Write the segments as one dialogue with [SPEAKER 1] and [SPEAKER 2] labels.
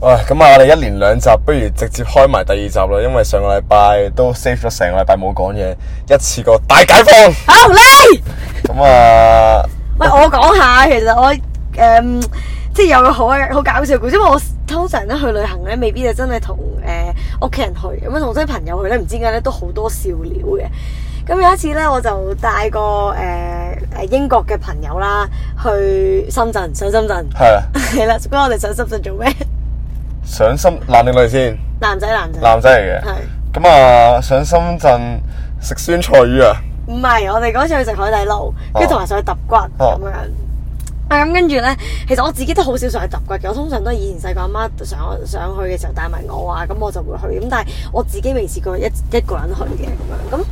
[SPEAKER 1] 哇！咁啊，我哋一連兩集，不如直接開埋第二集啦，因為上個禮拜都 save 咗成個禮拜冇講嘢，一次過大解放。
[SPEAKER 2] 好嚟，
[SPEAKER 1] 咁啊，
[SPEAKER 2] 喂，我講下，其實我誒、嗯即係有個好好搞笑嘅故事，因為我通常咧去旅行咧，未必就真係同誒屋企人去，咁樣同啲朋友去咧，唔知點解咧都好多笑料嘅。咁有一次咧，我就帶個誒誒、英國嘅朋友啦，去深圳，上深圳，
[SPEAKER 1] 係啊，
[SPEAKER 2] 係啦。咁我哋上深圳做咩？
[SPEAKER 1] 上深男定女先？
[SPEAKER 2] 男仔男仔，
[SPEAKER 1] 男仔嚟嘅。
[SPEAKER 2] 係
[SPEAKER 1] 咁啊，上深圳食酸菜魚啊，
[SPEAKER 2] 唔係，我哋嗰次去食海底撈，跟住同埋上去揼骨
[SPEAKER 1] 哦
[SPEAKER 2] 咁樣。啊咁跟住咧，其實我自己都好少上去揼骨嘅，我通常都係以前細個阿媽上上去嘅時候帶埋我啊，咁我就會去。咁但係我自己未試過一一個人去嘅咁樣。咁誒、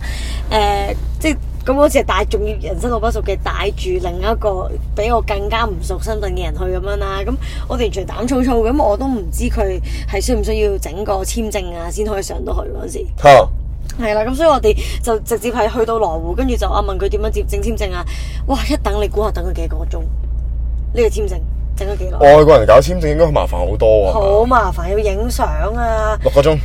[SPEAKER 2] 呃即係咁好似係帶，仲要人生路不熟嘅帶住另一個比我更加唔熟深圳嘅人去咁樣啦。咁我哋完全膽粗粗，咁我都唔知佢係需唔需要整個簽證啊，先可以上到去嗰陣時。
[SPEAKER 1] 嚇
[SPEAKER 2] 係啦，咁所以我哋就直接係去到羅湖，跟住就啊問佢點樣接整簽證啊，哇！一等你估下等佢幾個鐘？呢、個簽證整咗幾耐？
[SPEAKER 1] 外國人搞簽證應該麻煩好多喎，
[SPEAKER 2] 好麻煩，要影相啊，
[SPEAKER 1] 六個鐘，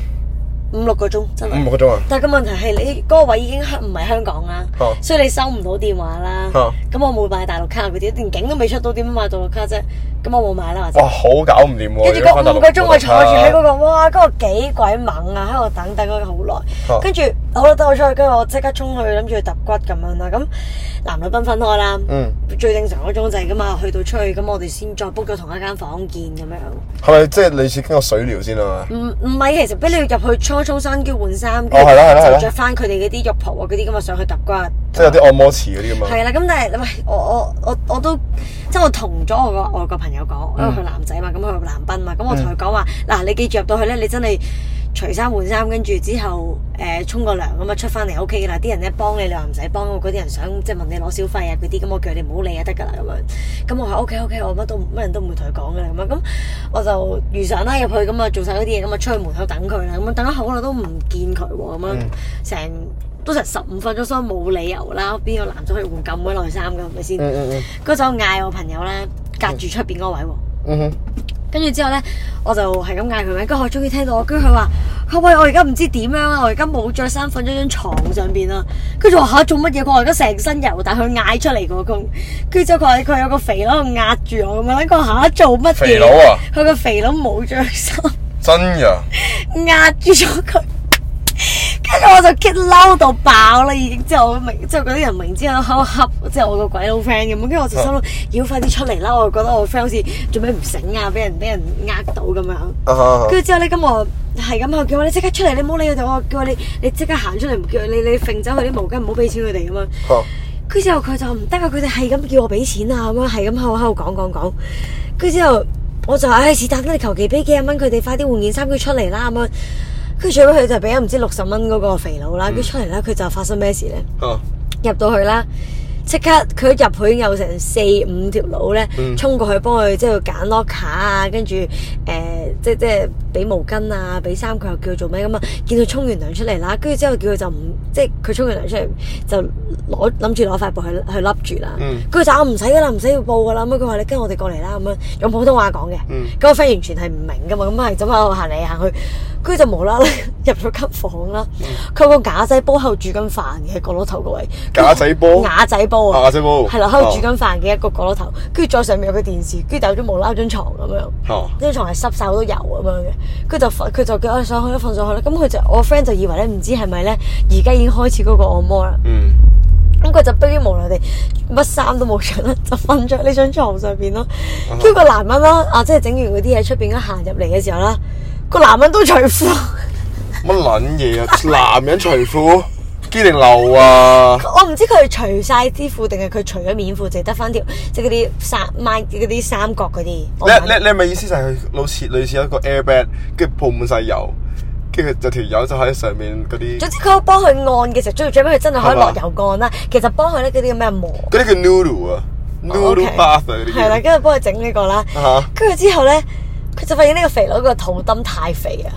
[SPEAKER 2] 五六個鐘真係。
[SPEAKER 1] 五個鐘啊，
[SPEAKER 2] 但係個問題係你嗰個位已經唔係香港啦，
[SPEAKER 1] 哦
[SPEAKER 2] 所以你收唔到電話啦。咁、
[SPEAKER 1] 哦
[SPEAKER 2] 我冇買大陸卡嗰啲，連景都未出到，點樣買大陸卡啫？咁我冇買啦，或者
[SPEAKER 1] 哇，。好搞唔掂喎。
[SPEAKER 2] 跟住
[SPEAKER 1] 哦如果返大
[SPEAKER 2] 嗰
[SPEAKER 1] 陸
[SPEAKER 2] 五個鐘我坐住
[SPEAKER 1] 冇
[SPEAKER 2] 喺嗰
[SPEAKER 1] 得
[SPEAKER 2] 個，哇！嗰個幾鬼猛啊，喺度等等咗好
[SPEAKER 1] 哦
[SPEAKER 2] 耐。跟住好啦，得我出去，跟住我即刻衝去諗住去揼骨咁樣啦。咁男女賓分開啦，
[SPEAKER 1] 嗯，
[SPEAKER 2] 最正常嗰種就係咁啊，去到出去咁，我哋先再 book 咗同一間房見咁樣。
[SPEAKER 1] 係咪即係類似經過水療先啊？
[SPEAKER 2] 唔唔係，其實俾你入去搓搓身，跟住換衫，
[SPEAKER 1] 哦係啦係啦係啦
[SPEAKER 2] 就着翻佢哋嗰啲浴袍啊嗰啲咁啊上去揼骨。
[SPEAKER 1] 即係有啲按摩池嗰啲咁啊？
[SPEAKER 2] 係啦，咁但係喂，我我我我都即係我同咗我個外國朋友講，因為佢男仔嘛，咁佢男賓嘛，咁我同佢講話嗱，你記住入到去咧，你真係除衫換衫，跟住之後誒沖個涼咁啊出翻嚟 O K 啦，啲人咧幫你，你話唔使幫我，嗰啲人想即係問你攞小費啊嗰啲，咁我叫你唔好理啊得㗎啦咁樣，咁我話 O K O K，我乜都乜人都唔會同佢講㗎啦咁樣，咁我就如常啦入去咁啊做晒嗰啲嘢，咁啊出去門口等佢啦，咁啊等咗好耐都唔見佢喎，咁樣成。都成十五分鐘，所以冇理由啦。邊個男仔可以換咁鬼耐衫㗎？係咪先？
[SPEAKER 1] 嗯嗯嗯
[SPEAKER 2] 嗰陣我嗌我朋友咧，隔住出邊嗰位喎。
[SPEAKER 1] 嗯哼。
[SPEAKER 2] 跟住之後咧，我就係咁嗌佢名，跟住我終於聽到我，跟住佢話：佢喂，我而家唔知點樣啦，我而家冇着衫瞓咗張床上邊啦。跟住我話嚇做乜嘢？佢話我而家成身油，但係佢嗌出嚟個公。跟住之後佢話佢有個肥佬喺度壓住我咁樣，佢話嚇做乜嘢？
[SPEAKER 1] 肥佬啊！
[SPEAKER 2] 佢個肥佬冇着衫。
[SPEAKER 1] 真噶，
[SPEAKER 2] 壓住咗佢。跟住我就激嬲到爆啦，已經之後我明，之後嗰啲人明知喺度恰恰，即係我個鬼佬 friend 咁，跟住我就心諗，妖快啲出嚟啦！我覺得我 friend 好似做咩唔醒啊，俾人俾人呃到咁樣。
[SPEAKER 1] 啊哈啊哈
[SPEAKER 2] 跟住之後咧，咁我係咁，我叫我你即刻出嚟，你唔好理佢哋，我叫你你即刻行出嚟，唔叫你你揈走佢啲毛巾，唔好俾錢佢哋咁樣。
[SPEAKER 1] 哦
[SPEAKER 2] 跟住之後佢就唔得啊！佢哋係咁叫我俾錢啊，咁樣係咁喺度喺度講講講。跟住之後我就話唉是但啦，你求其俾幾廿蚊佢哋，快啲換件衫佢出嚟啦咁樣。跟住最尾佢就俾咗唔知六十蚊嗰個肥佬啦，跟住出嚟啦，佢就發生咩事咧？
[SPEAKER 1] 哦
[SPEAKER 2] 入到去啦，即刻佢入去有成四五條佬咧，
[SPEAKER 1] 嗯
[SPEAKER 2] 衝過去幫佢即係揀 lock 卡啊，跟住誒呃即係即係俾毛巾啊，俾衫佢又叫佢做咩咁啊？見佢沖完涼出嚟啦，跟住之後叫佢就唔即係佢沖完涼出嚟就攞諗住攞塊布去去笠住啦
[SPEAKER 1] 嗯。
[SPEAKER 2] 佢、就話我唔使噶啦，唔使要布噶啦。咁佢話你跟我哋過嚟啦，咁樣用普通話講嘅。咁、
[SPEAKER 1] 嗯
[SPEAKER 2] 個 friend 完全係唔明噶嘛，咁係咁喺度行嚟行去，跟住就無啦 啦入咗間房啦。
[SPEAKER 1] 嗯
[SPEAKER 2] 佢個架仔煲喺度煮緊飯嘅角落頭個位。
[SPEAKER 1] 架仔煲
[SPEAKER 2] 瓦仔煲啊，
[SPEAKER 1] 瓦仔煲
[SPEAKER 2] 係啦，喺度煮緊飯嘅一個角落頭，跟住再上面有個電視，跟住掉咗無啦啦張床咁樣。
[SPEAKER 1] 哦
[SPEAKER 2] 呢張床係濕晒好多油咁樣嘅，跟住就瞓佢就叫我上去啦，瞓上去啦。咁佢就我 friend 就以為咧，唔知係咪咧，而家已經開始嗰個按摩啦。
[SPEAKER 1] 嗯，
[SPEAKER 2] 咁佢就迫於無奈地乜衫都冇着啦， 就瞓咗喺呢張床上邊咯。跟住個男人啦，啊即係整完嗰啲嘢出邊咁行入嚟嘅時候啦，個男人都除褲，
[SPEAKER 1] 乜撚嘢啊？ 男人除褲，機定流啊？
[SPEAKER 2] 我唔知佢係除晒啲褲定係佢除咗面褲，淨係得翻條即係嗰啲三孖嗰啲三角嗰啲。我唔
[SPEAKER 1] 你
[SPEAKER 2] 肯
[SPEAKER 1] 你你係咪意思就係佢類似類似一個 airbag，跟住鋪滿晒油，跟住就條友就喺上面嗰啲
[SPEAKER 2] 總之佢幫佢按嘅時候，最最尾佢真係可以落
[SPEAKER 1] 係
[SPEAKER 2] 油按啦。其實幫佢咧嗰啲叫咩磨，
[SPEAKER 1] 嗰啲叫 noodle 啊，noodle
[SPEAKER 2] 哦 OK
[SPEAKER 1] bath 啊嗰啲
[SPEAKER 2] 係啦，
[SPEAKER 1] 叫。
[SPEAKER 2] 跟住幫佢整呢個啦
[SPEAKER 1] 啊哈。
[SPEAKER 2] 跟住之後咧，佢就發現呢個肥佬個肚墩太肥啊，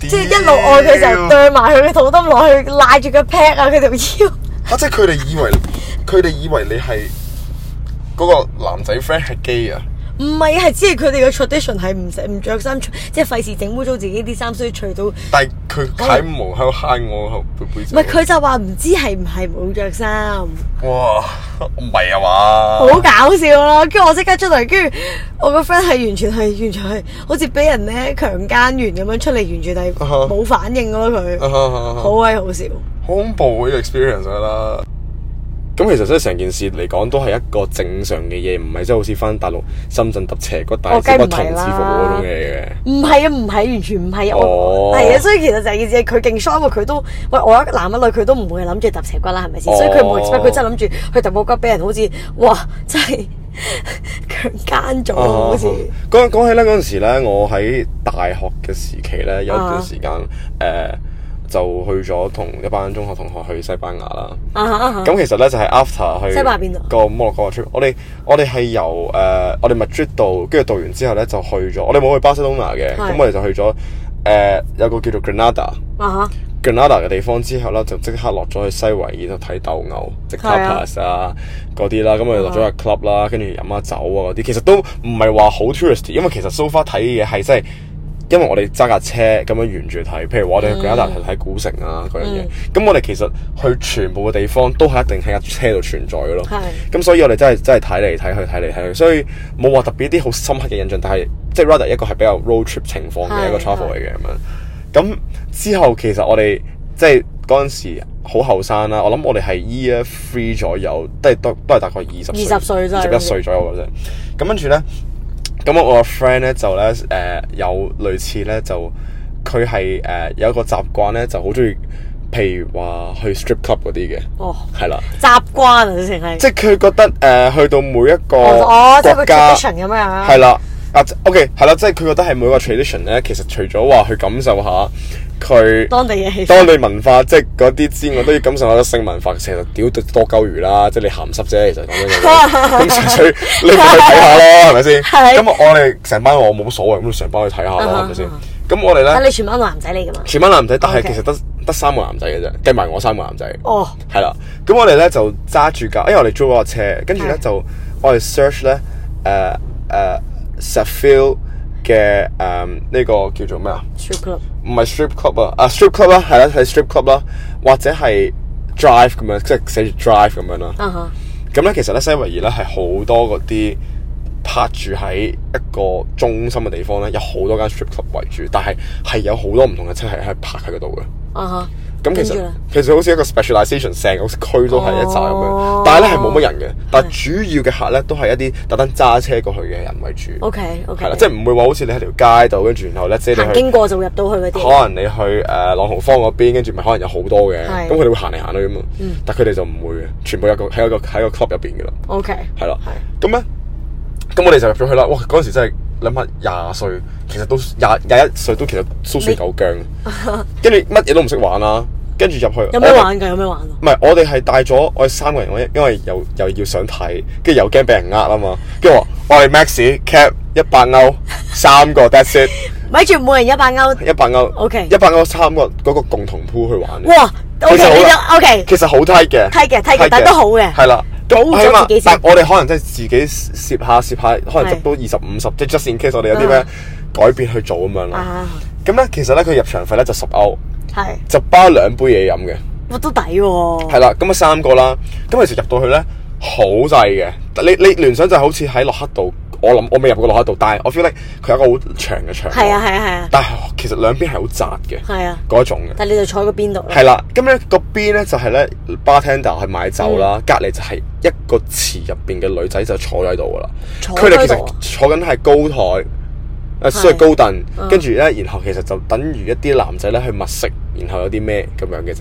[SPEAKER 1] 即
[SPEAKER 2] 即係一路按佢就啄埋佢嘅肚墩落去，拉住個 pat 啊佢條腰。
[SPEAKER 1] 啊！即係佢哋以為佢哋以為你係嗰個男仔 friend 係 gay 啊，
[SPEAKER 2] 唔係係只係佢哋嘅 tradition 係唔食唔着衫，即係費事整污糟自己啲衫，所以除到唔
[SPEAKER 1] 但係佢楷毛喺度揩我背背脊。
[SPEAKER 2] 係佢就話哦唔知係唔係冇着
[SPEAKER 1] 哦
[SPEAKER 2] 衫，
[SPEAKER 1] 哇，唔係啊嘛。
[SPEAKER 2] 好搞笑咯！跟住我即刻出嚟，跟住我個 friend 係完全係完全係好似俾人咧強姦完咁樣出嚟，完全係
[SPEAKER 1] 啊哈
[SPEAKER 2] 冇反應咯
[SPEAKER 1] 啊
[SPEAKER 2] 佢，
[SPEAKER 1] 哈啊哈
[SPEAKER 2] 好鬼好笑。
[SPEAKER 1] 好恐怖嘅 experience 啦。咁其實真係成件事嚟講，都係一個正常嘅嘢，唔係即係好似翻大陸深圳揼斜骨，但
[SPEAKER 2] 哦
[SPEAKER 1] 係只不過
[SPEAKER 2] 梗
[SPEAKER 1] 同
[SPEAKER 2] 唔係
[SPEAKER 1] 志
[SPEAKER 2] 啦
[SPEAKER 1] 服務嗰種嘢嘅。
[SPEAKER 2] 唔係啊，唔係，完全唔係啊
[SPEAKER 1] 哦
[SPEAKER 2] 我，係啊，所以其實就係件事，佢勁 s 佢都，喂，我一男一女，佢都唔會諗住揼斜骨啦，係咪先？
[SPEAKER 1] 哦
[SPEAKER 2] 所以佢冇 expect，佢真係諗住去揼個骨俾人，好似哇，真 係 強姦
[SPEAKER 1] 哦
[SPEAKER 2] 咗，好似
[SPEAKER 1] 講講起咧，啊嗰陣時咧，我喺大學嘅時期咧，有一
[SPEAKER 2] 啊
[SPEAKER 1] 段時間誒、呃就去咗同一班中學同學去西班牙啦。
[SPEAKER 2] 啊哈啊哈
[SPEAKER 1] 咁其實咧就係 after 去
[SPEAKER 2] 西班牙邊度
[SPEAKER 1] 個摩洛哥嘅 trip，我哋我哋係由誒、呃我哋 Madrid 度，跟住到完之後咧就去咗，我哋冇去巴塞隆拿嘅，
[SPEAKER 2] 係
[SPEAKER 1] 咁我哋就去咗誒、呃有個叫做 Granada。
[SPEAKER 2] 啊哈
[SPEAKER 1] Granada 嘅地方之後啦，就即刻落咗去西維爾度睇鬥牛，食
[SPEAKER 2] 係啊
[SPEAKER 1] tapas 啊嗰啲啦，咁我哋落咗去 club 啦，跟住飲下酒啊嗰啲，其實都唔係話好 touristy，因為其實 so far 睇嘅嘢係真係。因為我哋揸架車咁樣沿住睇，譬如我
[SPEAKER 2] 嗯
[SPEAKER 1] 哋去 Granada 係睇古城啊嗰樣嘢，咁、我哋其實去全部嘅地方都係一定喺架車度存在嘅咯。
[SPEAKER 2] 係
[SPEAKER 1] 咁所以我哋真係真係睇嚟睇去睇嚟睇去，所以冇話特別啲好深刻嘅印象，但係即係 rather 一個係比較 road trip 情況嘅一個
[SPEAKER 2] 係
[SPEAKER 1] travel
[SPEAKER 2] 係
[SPEAKER 1] 嚟嘅咁樣。咁之後其實我哋即係嗰陣時好後生啦，我諗我哋係 year three 左右，都係都都係大概二十
[SPEAKER 2] 20歲啫
[SPEAKER 1] 二十一歲左右嘅啫。咁跟住咧，咁我個 friend 咧就咧誒、呃有類似咧就佢係誒有一個習慣咧就好中意，譬如話去 strip club 嗰啲嘅，
[SPEAKER 2] 哦，
[SPEAKER 1] 係啦。
[SPEAKER 2] 習慣啊，淨係
[SPEAKER 1] 即係佢覺得誒、呃去到每一個
[SPEAKER 2] 哦，即係個
[SPEAKER 1] 國家
[SPEAKER 2] tradition 咁樣，
[SPEAKER 1] 係啦，啊即 OK 係啦，即係佢覺得係每個 tradition 咧，其實除咗話去感受下佢
[SPEAKER 2] 當地嘅氣氛
[SPEAKER 1] 當地文化即係嗰啲之外，都要感受下個性文化。其實屌多鳩魚啦，即係你鹹濕啫。其實講真嘅，咁純粹你咪去睇下咯，係咪先？
[SPEAKER 2] 係
[SPEAKER 1] 咁我哋成班我冇所謂，咁就成班去睇下咯，係咪先
[SPEAKER 2] 啊？
[SPEAKER 1] 咁我哋
[SPEAKER 2] 但
[SPEAKER 1] 咧
[SPEAKER 2] 你全班都男仔嚟㗎嘛？
[SPEAKER 1] 全班男仔，但係
[SPEAKER 2] OK
[SPEAKER 1] 其實得得三個男仔嘅啫，計埋我三個男仔。
[SPEAKER 2] 哦，
[SPEAKER 1] 係啦，咁我哋咧就揸住架，因為我哋租嗰個車，跟住咧
[SPEAKER 2] 係
[SPEAKER 1] 就我哋 search 咧誒誒 s a f i l 嘅誒呢個叫做咩啊？
[SPEAKER 2] s h o club
[SPEAKER 1] 唔係 strip club 啊，啊 strip club 啦，係啦，係 strip club 啦，或者係 drive 咁樣，即係寫住 drive 咁樣啦。
[SPEAKER 2] 啊哈，
[SPEAKER 1] 咁咧其實咧西維爾咧係好多嗰啲拍住喺一個中心嘅地方咧，有好多間 strip club 圍住，但係係有好多唔同嘅車係喺泊喺嗰度嘅。
[SPEAKER 2] 啊哈，
[SPEAKER 1] 咁其
[SPEAKER 2] 跟住
[SPEAKER 1] 實
[SPEAKER 2] 咧
[SPEAKER 1] 其實好似一個 specialization，成個區都係一紮咁樣，
[SPEAKER 2] 哦
[SPEAKER 1] 但係咧係冇乜人嘅。但係主要嘅客咧都係一啲特登揸車過去嘅人為主。
[SPEAKER 2] OK
[SPEAKER 1] 係
[SPEAKER 2] OK，
[SPEAKER 1] 啦，即係唔會話好似你喺條街度，跟住然後咧，即係
[SPEAKER 2] 行
[SPEAKER 1] 你去
[SPEAKER 2] 經過就會入到去嗰啲，
[SPEAKER 1] 可能你去誒、呃朗豪坊嗰邊，跟住咪可能有好多嘅，
[SPEAKER 2] 係嗯
[SPEAKER 1] 咁佢哋會行嚟行去咁嘛。但係佢哋就唔會嘅，全部有個喺一個喺一個 club 入邊嘅啦，
[SPEAKER 2] OK
[SPEAKER 1] 係啦。咁咧，咁我哋就入咗去啦。哇！嗰陣時真係諗下廿歲，其實都廿廿一歲都其實都算夠僵 嘅，跟住乜嘢都唔識玩啦，跟住入去
[SPEAKER 2] 有咩
[SPEAKER 1] 我哋
[SPEAKER 2] 玩㗎？有咩玩啊？
[SPEAKER 1] 唔係，我哋係帶咗我哋三個人，我因為又又要想睇，跟住又驚俾人呃啊嘛，跟住我話我哋 Max cap 一百歐三個 that's it
[SPEAKER 2] 咪住每人一百歐。
[SPEAKER 1] 一百 歐
[SPEAKER 2] OK
[SPEAKER 1] 一百歐三個嗰個共同 pool 去玩嘅，
[SPEAKER 2] 哇
[SPEAKER 1] 其
[SPEAKER 2] ，OK，
[SPEAKER 1] 實好
[SPEAKER 2] 你就
[SPEAKER 1] 啦
[SPEAKER 2] OK，
[SPEAKER 1] 其實好 tight 嘅
[SPEAKER 2] tight 嘅 tight 嘅但都好嘅
[SPEAKER 1] 係啦。
[SPEAKER 2] 保護咗
[SPEAKER 1] 咁起碼
[SPEAKER 2] 自己先
[SPEAKER 1] 但我哋可能真係自己攝下攝下，可能執到二十五十，即係 just in case 我哋有啲咩
[SPEAKER 2] 啊
[SPEAKER 1] 改變去做咁樣啦
[SPEAKER 2] 啊。
[SPEAKER 1] 咁咧其實咧佢入場費咧就十歐，
[SPEAKER 2] 係，
[SPEAKER 1] 就包兩杯嘢飲嘅。
[SPEAKER 2] 哇都抵喎，
[SPEAKER 1] 係啦，咁啊三個啦，咁其實入到去咧好滯嘅，你你聯想就好似喺洛克道，我諗我未入過洛克道，但係我 feel like 佢有一個好長嘅長，
[SPEAKER 2] 係啊係啊係啊
[SPEAKER 1] 但係其實兩邊係好窄嘅，
[SPEAKER 2] 係啊，
[SPEAKER 1] 嗰一種嘅，
[SPEAKER 2] 但你就坐喺個邊度啦，
[SPEAKER 1] 係啦，咁咧個邊咧就係咧 bartender 去買酒
[SPEAKER 2] 嗯
[SPEAKER 1] 啦，隔離就係一個池入邊嘅女仔就坐咗喺度噶啦，
[SPEAKER 2] 坐
[SPEAKER 1] 佢哋
[SPEAKER 2] 喺
[SPEAKER 1] 其
[SPEAKER 2] 度啊
[SPEAKER 1] 實坐緊係高台。誒，所以高凳，
[SPEAKER 2] 嗯
[SPEAKER 1] 跟住咧，然後其實就等於一啲男仔咧去物色，然後有啲咩咁樣嘅啫。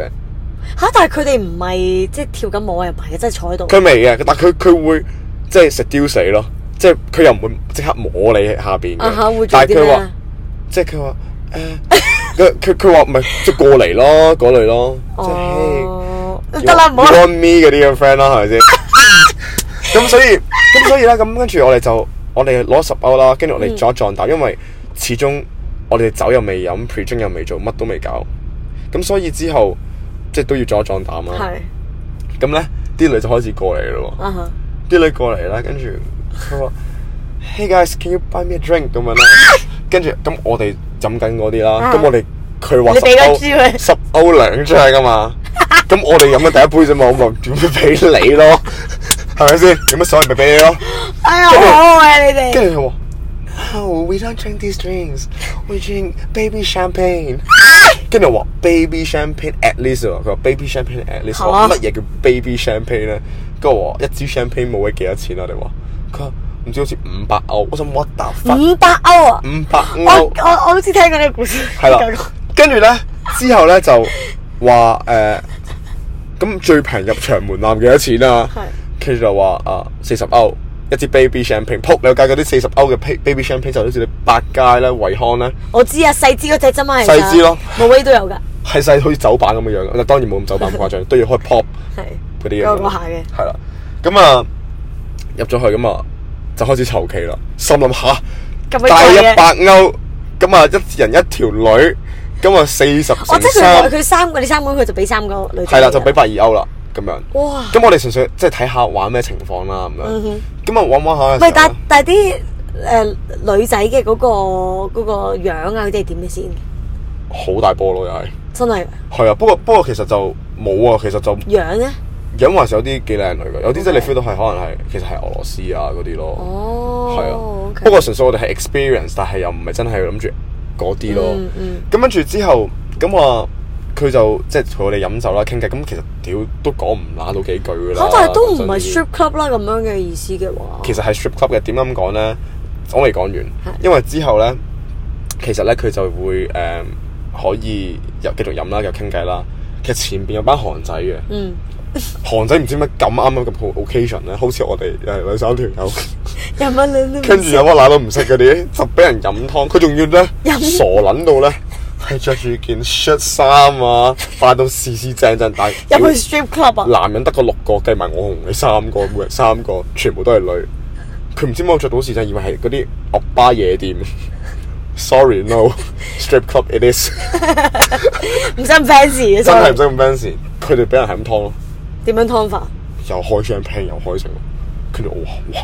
[SPEAKER 2] 嚇！但係佢哋唔係即係跳緊舞啊，唔係嘅，真係坐喺度，
[SPEAKER 1] 佢未嘅，但佢佢會即係食丟死咯，即係佢又唔會即刻摸你下邊嘅
[SPEAKER 2] 啊嚇會做
[SPEAKER 1] 但係
[SPEAKER 2] 啲
[SPEAKER 1] 佢
[SPEAKER 2] 咩
[SPEAKER 1] 話
[SPEAKER 2] 啊？
[SPEAKER 1] 即係佢話誒，佢佢佢話唔係即係過嚟咯嗰類咯，即係
[SPEAKER 2] 哦，
[SPEAKER 1] 嘿
[SPEAKER 2] 得啦，唔好
[SPEAKER 1] you
[SPEAKER 2] 啦，
[SPEAKER 1] want me 嗰啲咁 friend 啦，係咪先？咁所以咁所以咧，咁跟住我哋就我哋攞十歐啦，跟住我
[SPEAKER 2] 嗯
[SPEAKER 1] 哋撞一撞膽，因為始終我哋酒又未飲，pre drink 又未做，乜都未搞，咁所以之後即係都要撞一撞膽啦。
[SPEAKER 2] 係
[SPEAKER 1] 咁咧啲女就開始過嚟咯喎。
[SPEAKER 2] 啊哈
[SPEAKER 1] 啲女過嚟啦，跟住佢話： Hey guys，can you buy me a drink 咁樣啦。跟住咁我哋飲緊嗰啲啦，
[SPEAKER 2] 啊
[SPEAKER 1] 咁我哋佢話
[SPEAKER 2] 你
[SPEAKER 1] 十
[SPEAKER 2] 俾咗支
[SPEAKER 1] 歐
[SPEAKER 2] 佢
[SPEAKER 1] 十歐兩張噶嘛。咁我哋飲緊第一杯啫嘛，我咪點會俾你咯？係咪先？有乜所謂咪俾你咯？
[SPEAKER 2] 哎呀，好好啊你哋。
[SPEAKER 1] 跟住佢話，No, Oh, we don't drink these drinks. We drink baby champagne. 跟住我話 baby champagne at least 喎，佢話 baby champagne at least。我話
[SPEAKER 2] 嚇
[SPEAKER 1] 乜嘢叫 baby champagne uh? 咧？跟住我話一支 champagne 冇位幾多錢啊？你話佢話唔知好似五百歐。我想 oh, what the fuck？Mm,
[SPEAKER 2] 五百歐啊！
[SPEAKER 1] 五百
[SPEAKER 2] 我
[SPEAKER 1] 歐
[SPEAKER 2] 我我好似聽過呢個故事。
[SPEAKER 1] 係啦。跟住咧之後咧就話誒，咁、最平入場門檻幾多錢啊？
[SPEAKER 2] 係
[SPEAKER 1] 跟住就話啊四十歐一支 baby champagne，撲你個街嗰啲四十歐嘅 pa- baby champagne 就好似你百佳啦、惠康啦，
[SPEAKER 2] 我知啊，細支嗰只啫嘛，其實
[SPEAKER 1] 細支咯，
[SPEAKER 2] 冇威都有㗎，
[SPEAKER 1] 係細好似酒版咁嘅樣，嗱當然冇咁酒版咁 誇張，都要開 pop
[SPEAKER 2] 係
[SPEAKER 1] 嗰啲嘢。
[SPEAKER 2] 嗰個下嘅
[SPEAKER 1] 係啦，咁啊入咗去咁啊就開始籌期啦，心諗吓。
[SPEAKER 2] 咁鬼
[SPEAKER 1] 帶
[SPEAKER 2] 貴
[SPEAKER 1] 一
[SPEAKER 2] 嘅。
[SPEAKER 1] 百歐，咁啊一人一條女，咁啊四十
[SPEAKER 2] 我
[SPEAKER 1] 乘
[SPEAKER 2] 哦即係佢話
[SPEAKER 1] 三，
[SPEAKER 2] 佢三個，你三個佢就俾三個女仔。
[SPEAKER 1] 係啦就俾。百二歐啦，咁樣。
[SPEAKER 2] 哇！
[SPEAKER 1] 咁我哋純粹即係睇下玩咩情況啦，咁
[SPEAKER 2] 嗯
[SPEAKER 1] 樣
[SPEAKER 2] 哼。
[SPEAKER 1] 咁啊玩玩下嘅時候
[SPEAKER 2] 唔係，但
[SPEAKER 1] 呢，
[SPEAKER 2] 但啲誒女仔嘅嗰個嗰個樣啊，佢哋係點嘅先？
[SPEAKER 1] 好大波咯又係。
[SPEAKER 2] 真係
[SPEAKER 1] 係啊，不過不過其實就冇啊，其實就
[SPEAKER 2] 樣咧？
[SPEAKER 1] 因為有啲幾靚女嘅，有啲即係你 feel 到係可能係其實係俄羅斯啊嗰啲咯，
[SPEAKER 2] 哦，
[SPEAKER 1] 係啊
[SPEAKER 2] OK。。
[SPEAKER 1] 不過純粹我哋係 experience，但係又唔係真係諗住嗰啲咯。
[SPEAKER 2] 嗯嗯
[SPEAKER 1] 咁跟住之後，咁啊，佢就即係同我哋飲酒啦、傾偈。咁其實屌都講唔乸到幾句㗎啦
[SPEAKER 2] 嚇。但係都唔係
[SPEAKER 1] 講啊真
[SPEAKER 2] strip club 啦，咁樣嘅意思嘅話。
[SPEAKER 1] 其
[SPEAKER 2] 實
[SPEAKER 1] 實係 strip club 嘅。點解咁講咧？我未講完
[SPEAKER 2] 係，
[SPEAKER 1] 因為之後咧，其實咧佢就會誒、嗯可以又繼續飲啦，又傾偈啦。其實前邊有班韓仔嘅，
[SPEAKER 2] 嗯，
[SPEAKER 1] 韓仔唔知點解咁啱啱咁好 occasion 咧，好似我哋誒兩三條 友，
[SPEAKER 2] 有乜你你唔
[SPEAKER 1] 跟住有乜乸都唔識嗰啲，就俾人飲湯。佢仲要咧
[SPEAKER 2] 飲
[SPEAKER 1] 傻撚到咧，係着住件 shirt 衫啊，扮到四四正正，但係
[SPEAKER 2] 入去 strip club 啊？
[SPEAKER 1] 男人得個六個，計埋我同你三個，每人三個，全部都係女。佢唔知點解我着到時就以為係嗰啲惡巴夜店。Sorry no strip club it is，
[SPEAKER 2] 唔使咁 fancy 嘅
[SPEAKER 1] 真係唔
[SPEAKER 2] 真
[SPEAKER 1] 使咁 fancy。佢哋俾人係咁劏咯，
[SPEAKER 2] 點樣劏法？
[SPEAKER 1] 又開 champagne 又開成，跟住我話哇，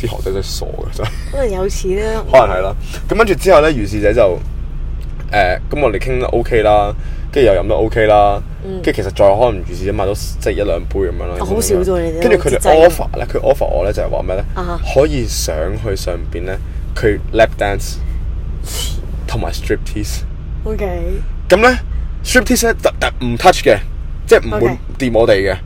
[SPEAKER 1] 啲學仔真係傻嘅真係。
[SPEAKER 2] 可能有錢啊咧。
[SPEAKER 1] 可能係啦。咁跟住之後咧，如是者就誒，呃咁、我哋傾得 OK 啦，跟住又飲得 OK 啦，跟住、其實再可能如是者買到即係一兩杯咁樣啦。
[SPEAKER 2] 嗯哦好少啫喎你哋
[SPEAKER 1] 跟住佢哋
[SPEAKER 2] 好節制
[SPEAKER 1] offer 咧，佢 offer 我咧就係話咩咧
[SPEAKER 2] 啊哈？
[SPEAKER 1] 可以上去上邊咧，佢 lap dance 同埋 strip tease。
[SPEAKER 2] O K，
[SPEAKER 1] 咁咧 strip tease 咧特特唔 touch 嘅，即係唔會
[SPEAKER 2] OK
[SPEAKER 1] 掂我哋嘅。
[SPEAKER 2] 係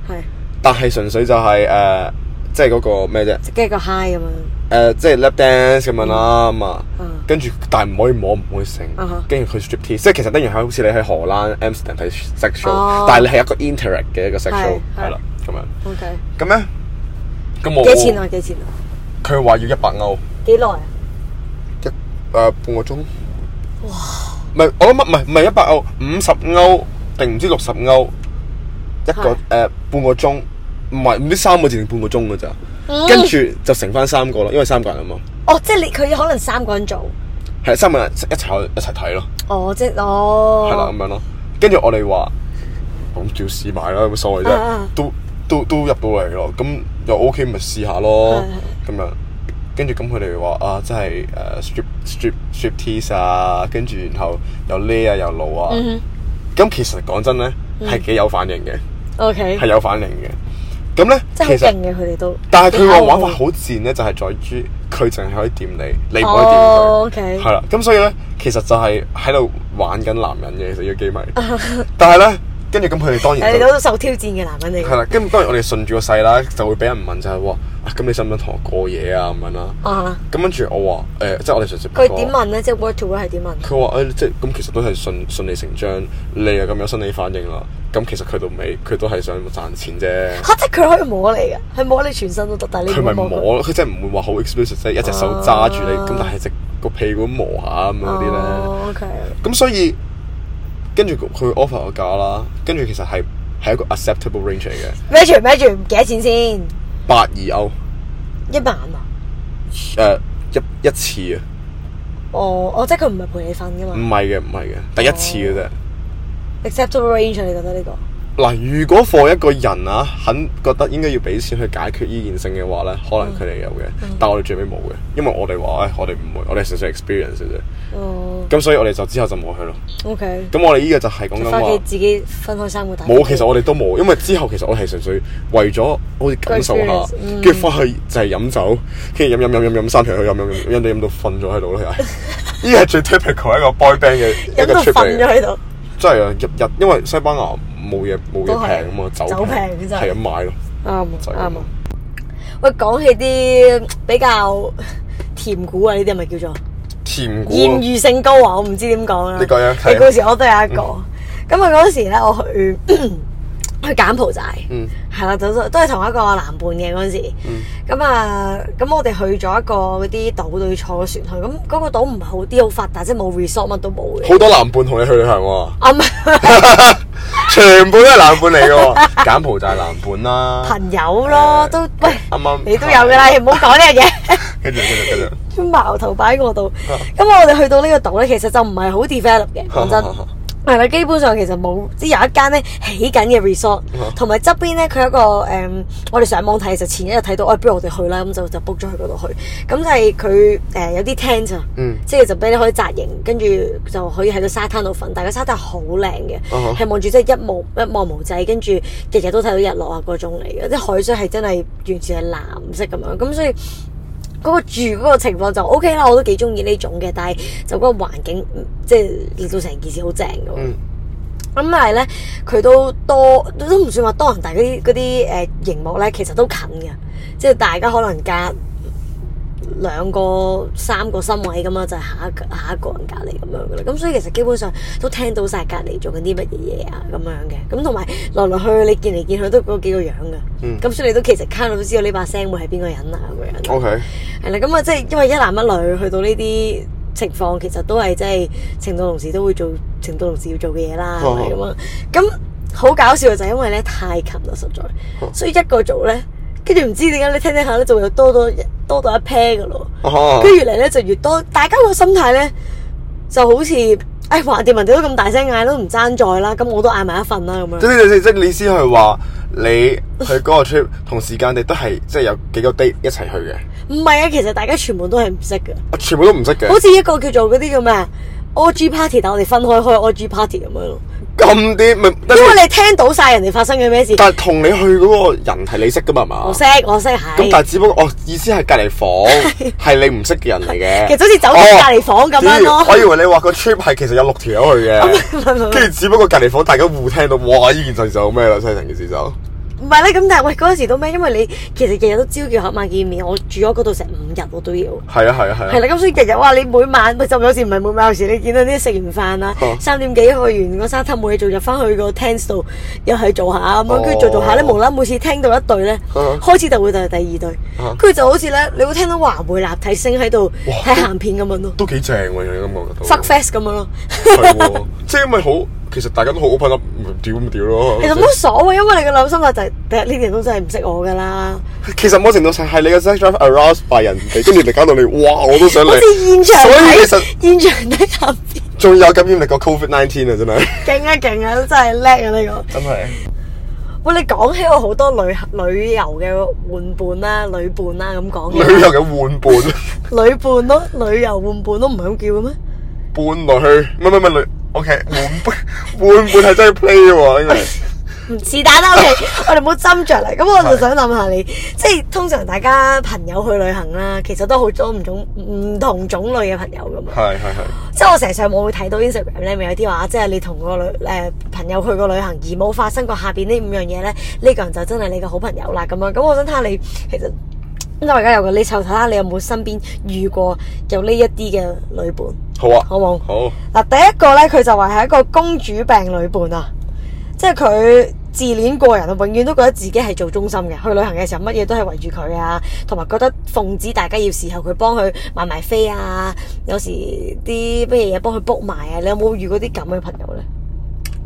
[SPEAKER 1] 但係純粹就係、呃即係嗰個咩啫？
[SPEAKER 2] 即係個 high 咁
[SPEAKER 1] 誒、
[SPEAKER 2] 樣。
[SPEAKER 1] 呃即係 lap dance 咁樣啦咁啊
[SPEAKER 2] 嗯，
[SPEAKER 1] 跟住但係唔可以摸，唔可以成
[SPEAKER 2] 啊哈，
[SPEAKER 1] 跟住佢 strip tease，即係其實等於係好似你喺荷蘭 Amsterdam 睇 sexual，
[SPEAKER 2] 哦
[SPEAKER 1] 但係你係一個 interact 嘅一個 sexual，
[SPEAKER 2] 係係
[SPEAKER 1] 係啦咁樣，
[SPEAKER 2] O K，
[SPEAKER 1] 咁咧，咁我
[SPEAKER 2] 幾錢啊？幾錢啊？
[SPEAKER 1] 佢話要一百歐
[SPEAKER 2] 幾耐啊？
[SPEAKER 1] 一誒、呃半個鐘，哇！唔係我諗乜唔係唔係一百歐，五十歐定唔知六十歐一個誒
[SPEAKER 2] 係、
[SPEAKER 1] 呃半個鐘，唔係唔知三個字定半個鐘㗎咋，
[SPEAKER 2] 嗯
[SPEAKER 1] 跟住就乘翻三個啦，因為三個人啊嘛，
[SPEAKER 2] 哦，即係你佢可能三個人做。
[SPEAKER 1] 係三個人一齊一齊睇咯。
[SPEAKER 2] 哦，即係
[SPEAKER 1] 係啦咁
[SPEAKER 2] 哦，
[SPEAKER 1] 樣咯。跟住我哋話咁照試埋啦，有乜所謂
[SPEAKER 2] 啊
[SPEAKER 1] 啫
[SPEAKER 2] 啊？
[SPEAKER 1] 都都都入到嚟咯，咁又 OK 咪試下咯
[SPEAKER 2] 係
[SPEAKER 1] 咁樣。跟住咁佢哋話啊，真係誒 strip strip strip tease 啊，跟住然後又呢啊又露啊。
[SPEAKER 2] 嗯
[SPEAKER 1] 咁其實講真咧，係幾有反應嘅，
[SPEAKER 2] O K，
[SPEAKER 1] 係有反應嘅。咁咧，
[SPEAKER 2] 真係好
[SPEAKER 1] 其
[SPEAKER 2] 勁
[SPEAKER 1] 實
[SPEAKER 2] 嘅佢哋都。
[SPEAKER 1] 但係佢個玩法
[SPEAKER 2] 幾
[SPEAKER 1] 好賤咧，就係在於佢淨係可以掂你，你唔可以掂佢。
[SPEAKER 2] 哦，OK，
[SPEAKER 1] 係啦，咁所以咧，其實就係喺度玩緊男人嘅，其實呢個機迷。但係咧，跟住咁佢哋當然
[SPEAKER 2] 係你
[SPEAKER 1] 就
[SPEAKER 2] 都受挑戰嘅男人嚟
[SPEAKER 1] 係
[SPEAKER 2] 嘅。
[SPEAKER 1] 啦，跟住當然我哋順住個勢啦，就會俾人問就係話啊，咁你想唔想同我過夜啊咁樣啦。
[SPEAKER 2] 啊，
[SPEAKER 1] 咁跟住我話誒，即係我哋純粹
[SPEAKER 2] 佢點啊問咧？即係 word to word 係點問？
[SPEAKER 1] 佢話誒，即係咁其實都係順順理成章，你又咁有生理反應啦。咁其實佢到尾佢都係想賺錢啫，
[SPEAKER 2] 嚇！即係佢可以摸你嘅，佢摸你全身都得，但係你
[SPEAKER 1] 佢
[SPEAKER 2] 唔
[SPEAKER 1] 咪
[SPEAKER 2] 會
[SPEAKER 1] 摸咯，佢真係唔會話好 explicit，即係一隻手揸住你，咁
[SPEAKER 2] 啊
[SPEAKER 1] 但係隻個屁股磨下咁樣嗰啲咧。
[SPEAKER 2] 哦，OK，
[SPEAKER 1] 咁所以跟住佢佢 offer 個價啦，跟住其實係係一個 acceptable range 嚟嘅，
[SPEAKER 2] 孭住孭住幾多錢先？
[SPEAKER 1] 八二歐
[SPEAKER 2] 一萬啊！
[SPEAKER 1] 誒、一一次啊，
[SPEAKER 2] 哦，哦，即係佢唔係陪你瞓噶
[SPEAKER 1] 唔
[SPEAKER 2] 嘛
[SPEAKER 1] 係嘅唔係嘅，第一次嘅啫，
[SPEAKER 2] ？Acceptable range 啊你覺得呢個？
[SPEAKER 1] 嗱，如果放一個人啊，肯覺得應該要俾錢去解決呢件性嘅話咧，可能佢哋有嘅，但我哋最尾冇嘅，因為我哋話，唉、哎我哋唔會，我哋純粹 experience 嘅啫。
[SPEAKER 2] 哦
[SPEAKER 1] 咁所以我哋就之後就冇去咯。
[SPEAKER 2] ，OK，
[SPEAKER 1] 咁我哋呢個就係講緊
[SPEAKER 2] 翻屋
[SPEAKER 1] 話
[SPEAKER 2] 企自己分開三個大。
[SPEAKER 1] 冇，其實我哋都冇，因為之後其實我係純粹為咗好似感受下
[SPEAKER 2] Experience，，嗯
[SPEAKER 1] 跟住翻去就係飲酒，跟住飲飲飲飲飲三條去飲飲飲，人哋飲到瞓咗喺 度咯，係。呢個係最 typical 一個 boy band 嘅一
[SPEAKER 2] 飲
[SPEAKER 1] 個
[SPEAKER 2] 到
[SPEAKER 1] trip
[SPEAKER 2] 瞓
[SPEAKER 1] 嚟
[SPEAKER 2] 咗
[SPEAKER 1] 嘅，
[SPEAKER 2] 喺度。
[SPEAKER 1] 真係啊！日日因為西班牙冇嘢冇嘢
[SPEAKER 2] 都係
[SPEAKER 1] 平啊嘛，酒
[SPEAKER 2] 酒平真係
[SPEAKER 1] 係咁買咯。
[SPEAKER 2] 啱啊
[SPEAKER 1] 嗯就係咁
[SPEAKER 2] 啱啊！喂，講起啲比較甜股啊，呢啲係咪叫做
[SPEAKER 1] 甜股
[SPEAKER 2] 豔
[SPEAKER 1] 啊
[SPEAKER 2] 遇性高啊？我唔知點講啦。
[SPEAKER 1] 你講啊係啊嗯
[SPEAKER 2] 你嗰時我都有一個。咁啊嗰時咧，我去 去柬埔寨，
[SPEAKER 1] 嗯
[SPEAKER 2] 係啦，都都係同一個男伴嘅嗰陣時。咁啊，咁我哋去咗一個嗰啲島度要坐船去，咁嗰個島唔係好啲，好發達，即係冇 resort 乜都冇嘅。
[SPEAKER 1] 好多男伴同你去旅行 喎，
[SPEAKER 2] 啊唔係
[SPEAKER 1] 全部都係男伴嚟嘅喎，柬埔寨男伴 啦，
[SPEAKER 2] 朋 友咯，都喂
[SPEAKER 1] 啱啱
[SPEAKER 2] 你都有㗎啦，唔好講呢樣嘢。
[SPEAKER 1] 跟住跟住跟住，
[SPEAKER 2] 將矛頭擺喺我度。咁我哋去到呢個島咧，其實就唔係好 develop 嘅，講真。係啦，基本上其實冇，即係有一間咧起緊嘅 resort，
[SPEAKER 1] 啊
[SPEAKER 2] 同埋側邊咧佢有一個誒、嗯我哋上網睇其實前一日睇到，哎，不如我哋去啦，咁就就 book 咗去嗰度去。咁就係佢誒有啲 tent 啊，
[SPEAKER 1] 嗯
[SPEAKER 2] 即係就俾你可以紮營，跟住就可以喺個沙灘度瞓。但係個沙灘好靚嘅，
[SPEAKER 1] 啊哈
[SPEAKER 2] 係望住即係一望一望無際，跟住日日都睇到日落啊嗰種嚟嘅，即係海水係真係完全係藍色咁樣，咁所以。嗰個住嗰個情況就 O K 啦，我都幾中意呢種嘅，但係就嗰個環境，嗯即係令到成件事好正嘅喎。
[SPEAKER 1] 嗯
[SPEAKER 2] 咁但係咧，佢都多都唔算話多人，但係嗰啲嗰啲誒熒幕咧，其實都近嘅，即係大家可能隔兩個三個身位咁啊，就係下一個下一個人隔離咁樣嘅啦。咁所以其實基本上都聽到晒隔離做緊啲乜嘢嘢啊咁樣嘅。咁同埋來來去去你見嚟見去都嗰幾個樣
[SPEAKER 1] 嗯
[SPEAKER 2] 嘅。咁、所以你都其實卡到都知道呢把聲會係邊個人啊咁樣。
[SPEAKER 1] ，OK，
[SPEAKER 2] 係啦，咁啊，即係因為一男一女去到呢啲情況，其實都係即係情到濃時都會做情到濃時要做嘅嘢啦，係咪咁啊？咁好搞笑嘅就係因為咧太近啦，實在，所以一個組咧，跟住唔知點解你聽聽下咧，就會有多多多到一 pair 噶咯，
[SPEAKER 1] 啊哈
[SPEAKER 2] 跟住越嚟咧就越多，大家個心態咧就好似，哎，橫掂人哋都咁大聲嗌都唔爭在啦，咁我都嗌埋一份啦咁
[SPEAKER 1] 即
[SPEAKER 2] 樣。
[SPEAKER 1] 係即係你意思係話你去嗰個 trip 同時間你都係即係有幾個 date 一齊去嘅，
[SPEAKER 2] 唔係啊，其實大家全部都係唔識嘅。
[SPEAKER 1] 我全部都唔識嘅
[SPEAKER 2] 好，似一個叫做嗰啲叫咩啊 O G party，但我哋分開開 O G party 咁樣咯。
[SPEAKER 1] 咁哦啲咪
[SPEAKER 2] 因
[SPEAKER 1] 但
[SPEAKER 2] 為你聽到晒人哋發生緊咩事，
[SPEAKER 1] 但係同你去嗰個人係你識噶嘛係嘛？
[SPEAKER 2] 我識我識
[SPEAKER 1] 咁但係
[SPEAKER 2] 係，
[SPEAKER 1] 只不過我哦意思係隔離房 係你唔識嘅人嚟嘅，
[SPEAKER 2] 其實好似走咗
[SPEAKER 1] 哦
[SPEAKER 2] 隔離房咁樣
[SPEAKER 1] 屌
[SPEAKER 2] 咯
[SPEAKER 1] 我以為你話個 trip 係其實有六條友去
[SPEAKER 2] 唔係
[SPEAKER 1] 嘅，
[SPEAKER 2] 唔係唔係
[SPEAKER 1] 跟住只不過隔離房大家互聽到，哇！呢件事就咩啦，真係成件事就
[SPEAKER 2] 唔係咧咁，但係喂嗰陣時都咩？因為你其實日日都朝叫合晚見面，我住咗嗰度成五日我都要。
[SPEAKER 1] 係啊係啊
[SPEAKER 2] 係
[SPEAKER 1] 係啊，
[SPEAKER 2] 啦，咁所以日日哇！你每晚咪就有時唔係每晚，有時你見到啲食完飯啊
[SPEAKER 1] 哦，
[SPEAKER 2] 三點幾去完個沙灘冇嘢做，就翻去個 tent 度又係做下咁
[SPEAKER 1] 哦
[SPEAKER 2] 樣，跟住做做下咧，無啦啦每次聽到一隊咧，
[SPEAKER 1] 啊
[SPEAKER 2] 開始就會就係第二隊
[SPEAKER 1] 啊，
[SPEAKER 2] 跟住就好似咧，你會聽到華梅立體聲喺度
[SPEAKER 1] 哇
[SPEAKER 2] 睇鹹片咁樣咯
[SPEAKER 1] 都幾正喎，你咁講都
[SPEAKER 2] ，fuck fest 咁樣 咯。
[SPEAKER 1] 係喎，即係因為好，其實大家都好 open up，咪屌咪屌咯。
[SPEAKER 2] 其實冇所謂，啊因為你嘅諗心法就係、第一呢啲人都真係唔識我㗎啦，
[SPEAKER 1] 其實某程度上係你嘅 sex drive aroused by 人哋，跟住你搞到你，哇！我都想你
[SPEAKER 2] 好似現。場
[SPEAKER 1] 所以其實
[SPEAKER 2] 睇現場睇鹹片，
[SPEAKER 1] 仲有感染力過 covid nineteen 啊，真係。
[SPEAKER 2] 勁啊勁啊，真係叻啊呢、個！
[SPEAKER 1] 真係。
[SPEAKER 2] 喂，你講起我好多旅旅遊嘅玩伴啦、旅伴啦咁講嘅，
[SPEAKER 1] 旅遊嘅換伴，
[SPEAKER 2] 旅伴咯，旅遊玩伴都唔係咁叫嘅咩？
[SPEAKER 1] 伴落去，唔係唔係唔係旅，OK，換伴 換伴係真係 play 喎，應該係。
[SPEAKER 2] 唔是但啦，OK，我哋 唔好斟酌嚟。咁我就想諗下你，即係通常大家朋友去旅行啦，其實都好多唔種唔同種類嘅朋友噶嘛。
[SPEAKER 1] 係係係。
[SPEAKER 2] 即係我成日上網會睇到 Instagram 咧，咪有啲話，即係你同個旅誒、朋友去過旅行而冇發生過下邊呢五樣嘢咧，呢、個人就真係你嘅好朋友啦咁樣。咁我想睇下你其實，咁我而家有個 list，就睇下你有冇身邊遇過有呢一啲嘅旅伴，
[SPEAKER 1] 好啊，
[SPEAKER 2] 好冇？
[SPEAKER 1] 好，
[SPEAKER 2] 嗱，第一個咧，佢就話係一個公主病旅伴啊，即係佢自戀過人啊，永遠都覺得自己係做中心嘅。去旅行嘅時候，乜嘢都係圍住佢啊，同埋覺得奉旨大家要事後佢幫佢買埋飛啊，有時啲乜嘢嘢幫佢 book 埋啊。你有冇遇過啲咁嘅朋友咧？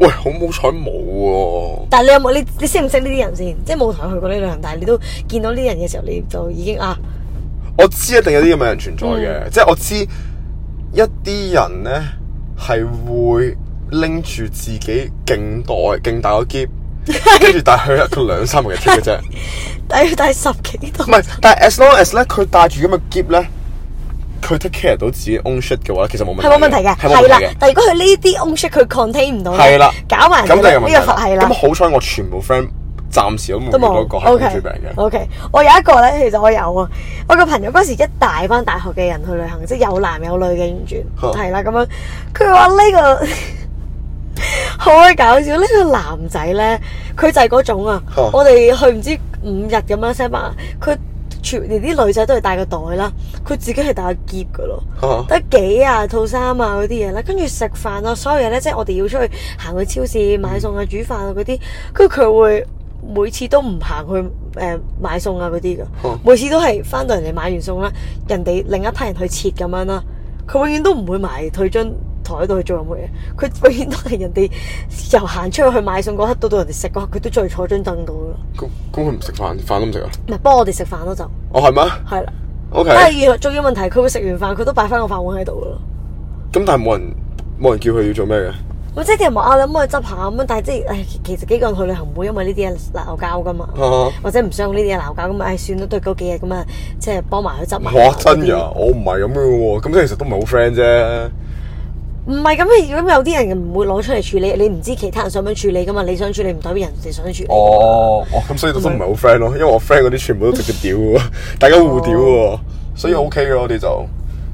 [SPEAKER 1] 喂，好冇彩冇喎。
[SPEAKER 2] 但係你有冇你你識唔識呢啲人先？即係冇同佢去過呢旅行，但係你都見到呢啲人嘅時候，你就已經啊，
[SPEAKER 1] 我知一定有啲咁嘅人存在嘅，
[SPEAKER 2] 嗯
[SPEAKER 1] 即係我知一啲人 呢係會拎住自己勁大勁大個箧，跟住但係佢佢兩三日嘅 trip 嘅啫。
[SPEAKER 2] 但係要帶十幾度
[SPEAKER 1] 唔。係，但係 as long as 咧，佢帶住咁嘅夾咧，佢 take care 到自己 own shit 嘅話咧，其實冇問題。
[SPEAKER 2] 係冇問題嘅，
[SPEAKER 1] 係冇
[SPEAKER 2] 係
[SPEAKER 1] 問
[SPEAKER 2] 啦
[SPEAKER 1] 題嘅。。
[SPEAKER 2] 但係如果佢呢啲 on shit 佢 contain 唔到咧，
[SPEAKER 1] 係啦，
[SPEAKER 2] 搞埋人
[SPEAKER 1] 咁就有問
[SPEAKER 2] 哋呢
[SPEAKER 1] 題
[SPEAKER 2] 呢個法係啦
[SPEAKER 1] 咁。好彩我全部 friend 暫時都冇遇
[SPEAKER 2] 都
[SPEAKER 1] 到
[SPEAKER 2] 冇
[SPEAKER 1] 一個係公
[SPEAKER 2] ，O K
[SPEAKER 1] 主病嘅。
[SPEAKER 2] O K，我有一個咧，其實我有啊，我個朋友嗰時一大班大學嘅人去旅行，即係有男有女嘅，完全
[SPEAKER 1] 嚇
[SPEAKER 2] 係啦咁樣。佢話呢個 好鬼搞笑，呢、個男仔咧，佢就係嗰種啊
[SPEAKER 1] 嚇，
[SPEAKER 2] 我哋去唔知五日咁樣 set 埋，佢全連啲女仔都係帶個袋啦，佢自己係帶個夾噶咯。
[SPEAKER 1] 啊
[SPEAKER 2] 得幾啊套衫啊嗰啲嘢啦，跟住食飯啊，所有嘢咧，即係我哋要出去行去超市買餸啊、煮飯啊嗰啲，跟住佢會每次都唔行去誒、呃、買餸啊嗰啲
[SPEAKER 1] 哦
[SPEAKER 2] 噶，每次都係翻到人哋買完餸啦，人哋另一批人去切咁樣啦，佢永遠都唔會埋去張台度去做任何嘢，佢永遠都係人哋由行出去去買餸嗰刻到到人哋食嗰刻，佢都再坐張凳度咯，
[SPEAKER 1] 咁咁佢唔食飯，飯都唔食啊？
[SPEAKER 2] 唔係幫我哋食飯咯就
[SPEAKER 1] 哦，係咩
[SPEAKER 2] 係啦，
[SPEAKER 1] ？OK。
[SPEAKER 2] 但係原來重要問題，佢會食完飯佢都擺翻個飯碗喺度噶咯。
[SPEAKER 1] 咁但係冇人冇人叫佢要做咩嘅？
[SPEAKER 2] 咁即係啲人話啊，你可唔可以執下咁樣？但係即係，唉，其實幾個人去旅行唔會因為呢啲嘢鬧交噶嘛，
[SPEAKER 1] 啊
[SPEAKER 2] 或者唔想呢啲嘢鬧交咁啊，唉，算啦，都係嗰幾日咁啊，即係幫埋佢執 埋。
[SPEAKER 1] 哇！真㗎，我唔係咁嘅喎。咁即係其實都唔係好 friend 啫。
[SPEAKER 2] 唔係咁，你咁有啲人唔會攞出嚟處理，你唔知其他人想唔想處理噶嘛？你想處理唔代表人哋想處理。
[SPEAKER 1] 哦，哦，咁所以都唔係好 friend 咯，因為我 friend 嗰啲全部都直接屌嘅喎，大家互屌嘅喎，所以 OK 嘅我哋就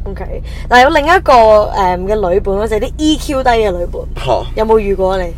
[SPEAKER 2] OK，嗱有另一個誒嘅女伴咯，啊就係啲 EQ 低嘅女伴，
[SPEAKER 1] 嚇，
[SPEAKER 2] 有冇遇過啊你？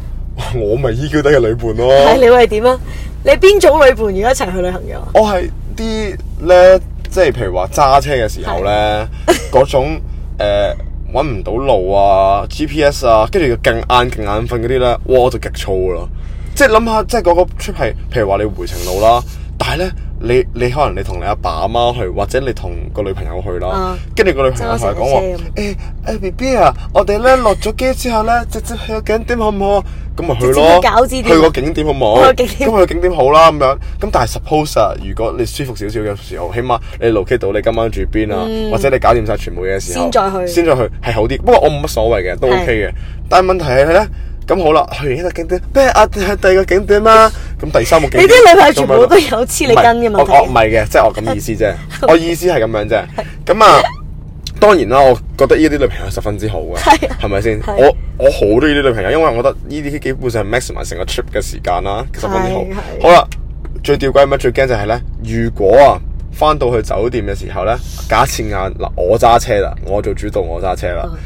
[SPEAKER 1] 我咪 EQ 低嘅女伴咯。
[SPEAKER 2] 係你會係點啊？你邊種女伴如果一齊去旅行嘅話？
[SPEAKER 1] 我係啲咧，即係譬如話揸車嘅時候咧，嗰種誒揾唔到路啊、GPS 啊，跟住要勁晏勁眼瞓嗰啲咧，哇！我就極燥㗎啦。即係諗下，即係嗰個 trip 係，譬如話你回程路啦，但係咧，你你可能你同你阿爸阿媽去，或者你同個女朋友去啦
[SPEAKER 2] 啊，
[SPEAKER 1] 跟住個女朋友同你講話
[SPEAKER 2] 揸成架車咁。
[SPEAKER 1] 誒誒 B B 啊，我哋咧落咗機之後咧，直接去個景點好唔好啊？咁咪去
[SPEAKER 2] 直接
[SPEAKER 1] 咯，
[SPEAKER 2] 去餃子店
[SPEAKER 1] 去個景點好唔好？
[SPEAKER 2] 去個景點
[SPEAKER 1] 咁去個景點好啦咁樣。咁但係 suppose 啊，如果你舒服少少嘅時候，起碼你 locate 到你今晚住邊啊，或者你搞掂晒全部嘢嘅時候，
[SPEAKER 2] 嗯先再去
[SPEAKER 1] 先再去係好啲。不過我冇乜所謂嘅，都 OK 嘅。但係問題係咧。咁好啦，去完一個景點，不如啊去第二個景點啦。咁第三個景點，
[SPEAKER 2] 你啲女朋友全
[SPEAKER 1] 咁
[SPEAKER 2] 部
[SPEAKER 1] 樣
[SPEAKER 2] 都有黐你
[SPEAKER 1] 唔係
[SPEAKER 2] 根嘅
[SPEAKER 1] 我
[SPEAKER 2] 問
[SPEAKER 1] 我唔
[SPEAKER 2] 題。
[SPEAKER 1] 係嘅，即係我咁意思 啫。我意思係咁樣啫。咁啊，當然啦，我覺得呢啲女朋友十分之好嘅，
[SPEAKER 2] 係啊
[SPEAKER 1] 係咪先？
[SPEAKER 2] 係
[SPEAKER 1] 我我好中意呢啲女朋友，因為我覺得呢啲基本上係 max 埋成個 trip 嘅時間啦，十分之好
[SPEAKER 2] 係。係
[SPEAKER 1] 好啦，最吊詭乜？最驚就係咧，如果啊翻到去酒店嘅時候咧，假設晏嗱我揸車啦，我做主導，我揸車啦
[SPEAKER 2] 嗯。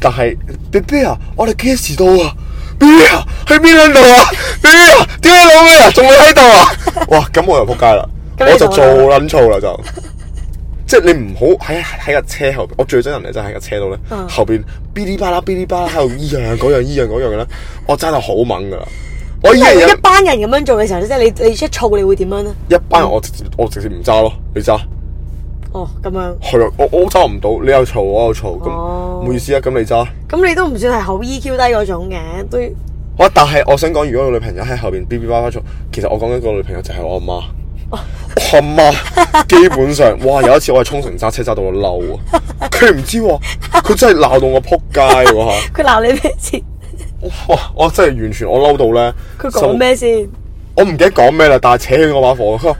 [SPEAKER 1] 但係 B B 啊，我哋幾時到啊？B B 啊，去邊兩度啊？B B 啊，屌你老味啊，仲未喺度 啊？哇，咁我又仆街啦，
[SPEAKER 2] 咁你
[SPEAKER 1] 我就
[SPEAKER 2] 做
[SPEAKER 1] 做
[SPEAKER 2] 啦
[SPEAKER 1] 撚燥啦就。即係你唔好喺喺架車後邊，我最憎人哋真係喺架車度咧，
[SPEAKER 2] 嗯
[SPEAKER 1] 後邊嗶哩吧啦嗶哩吧啦喺度依樣嗰樣依樣嗰樣嘅咧，我揸到好猛噶啦！我依
[SPEAKER 2] 因為
[SPEAKER 1] 樣
[SPEAKER 2] 一班人咁樣做嘅時候，即係你你一燥，你會點樣咧？
[SPEAKER 1] 一班人我直接我直接唔揸咯，你揸
[SPEAKER 2] 哦，咁樣，
[SPEAKER 1] 係啊，我我揸唔到，你又嘈我又嘈，咁
[SPEAKER 2] 哦
[SPEAKER 1] 冇意思啊，咁你揸。
[SPEAKER 2] 咁你都唔算係好 EQ 低嗰種嘅，都
[SPEAKER 1] 我但係我想講，如果個女朋友喺後邊嗶嗶叭叭嘈，其實我講緊個女朋友就係我阿媽。我阿 媽基本上，哇！有一次我喺沖繩揸車揸到我嬲啊，佢唔知喎，佢真係鬧到我撲街喎嚇！
[SPEAKER 2] 佢鬧你咩 先？
[SPEAKER 1] 哇！我真係完全我嬲到咧。
[SPEAKER 2] 佢講咩先？
[SPEAKER 1] 我唔記得講咩啦，但係扯起我把火。佢話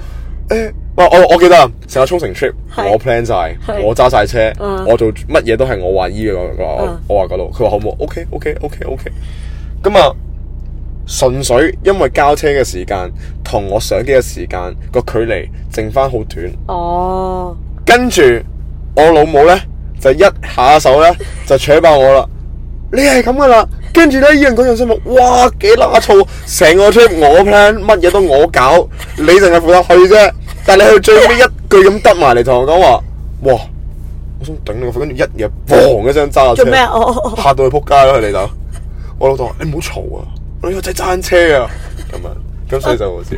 [SPEAKER 1] 誒，哇我我記得啊成個沖繩 trip
[SPEAKER 2] 係
[SPEAKER 1] 我 plan 晒，
[SPEAKER 2] 係
[SPEAKER 1] 我揸晒車，
[SPEAKER 2] 嗯
[SPEAKER 1] 我做乜嘢都係我話依嘅。我我
[SPEAKER 2] 嗯
[SPEAKER 1] 我話嗰度，佢話好唔好？OK OK OK OK。咁啊，純粹因為交車嘅時間同我上機嘅時間個距離剩翻好短，
[SPEAKER 2] 哦，
[SPEAKER 1] 跟住我老母咧就一下手咧就扯爆我啦。你係咁噶啦，跟住咧依樣嗰樣新聞，哇幾乸燥，成個 trip 我 plan，乜嘢都我搞，你淨係負責去啫。但係你去最尾一句咁得埋嚟同我講話，哇！我想頂你個肺，跟住一嘢砰一聲揸架
[SPEAKER 2] 做咩啊？
[SPEAKER 1] 車，
[SPEAKER 2] 哦哦哦
[SPEAKER 1] 嚇到佢撲街咯佢哋就。我老豆話：你唔好嘈啊，我有仔揸緊車啊，咁樣，咁所以就好笑。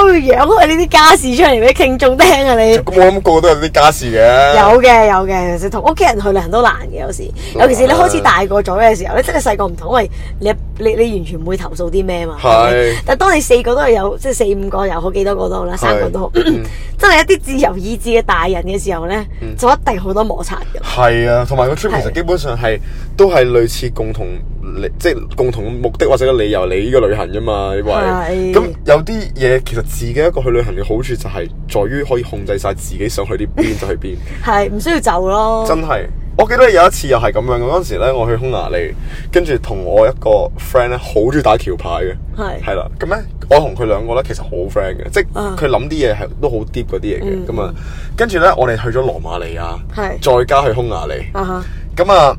[SPEAKER 2] 我會哦養開呢啲家事出嚟俾聽眾聽啊！你
[SPEAKER 1] 咁我諗個個都有啲家事嘅。
[SPEAKER 2] 有啊嘅有嘅，其實同屋企人去旅行都難嘅有時，尤其是你開始大個咗嘅時候咧，真係細個唔同，因為你你你完全唔會投訴啲咩嘛。
[SPEAKER 1] 係
[SPEAKER 2] 係咪但係當你四個都係有，即係四五個又好，幾多個都好啦，三個都好，
[SPEAKER 1] 嗯
[SPEAKER 2] 真係一啲自由意志嘅大人嘅時候咧，就一定好多摩擦嘅。
[SPEAKER 1] 係啊，同埋個 trip 其實
[SPEAKER 2] 係
[SPEAKER 1] 基本上係都係類似共同理，即係共同目的或者個理由嚟呢個旅行啫嘛，因為
[SPEAKER 2] 係
[SPEAKER 1] 咁有啲嘢其實自己一個去旅行嘅好處就係在於可以控制晒自己想去啲邊就去 邊，
[SPEAKER 2] 係唔需要就咯。
[SPEAKER 1] 真係。我記得有一次又係咁樣嘅，嗰陣時咧我去匈牙利，跟住同我一個 friend 咧好中意打橋牌嘅，
[SPEAKER 2] 係
[SPEAKER 1] 係啦，咁咧我同佢兩個咧其實好 friend 嘅，即係
[SPEAKER 2] 啊嗯
[SPEAKER 1] 佢諗啲嘢係都好 deep 嗰啲嘢嘅，咁啊、跟住咧我哋去咗羅馬尼亞，
[SPEAKER 2] 係
[SPEAKER 1] 再加去匈牙利。
[SPEAKER 2] 啊哈，
[SPEAKER 1] 咁啊，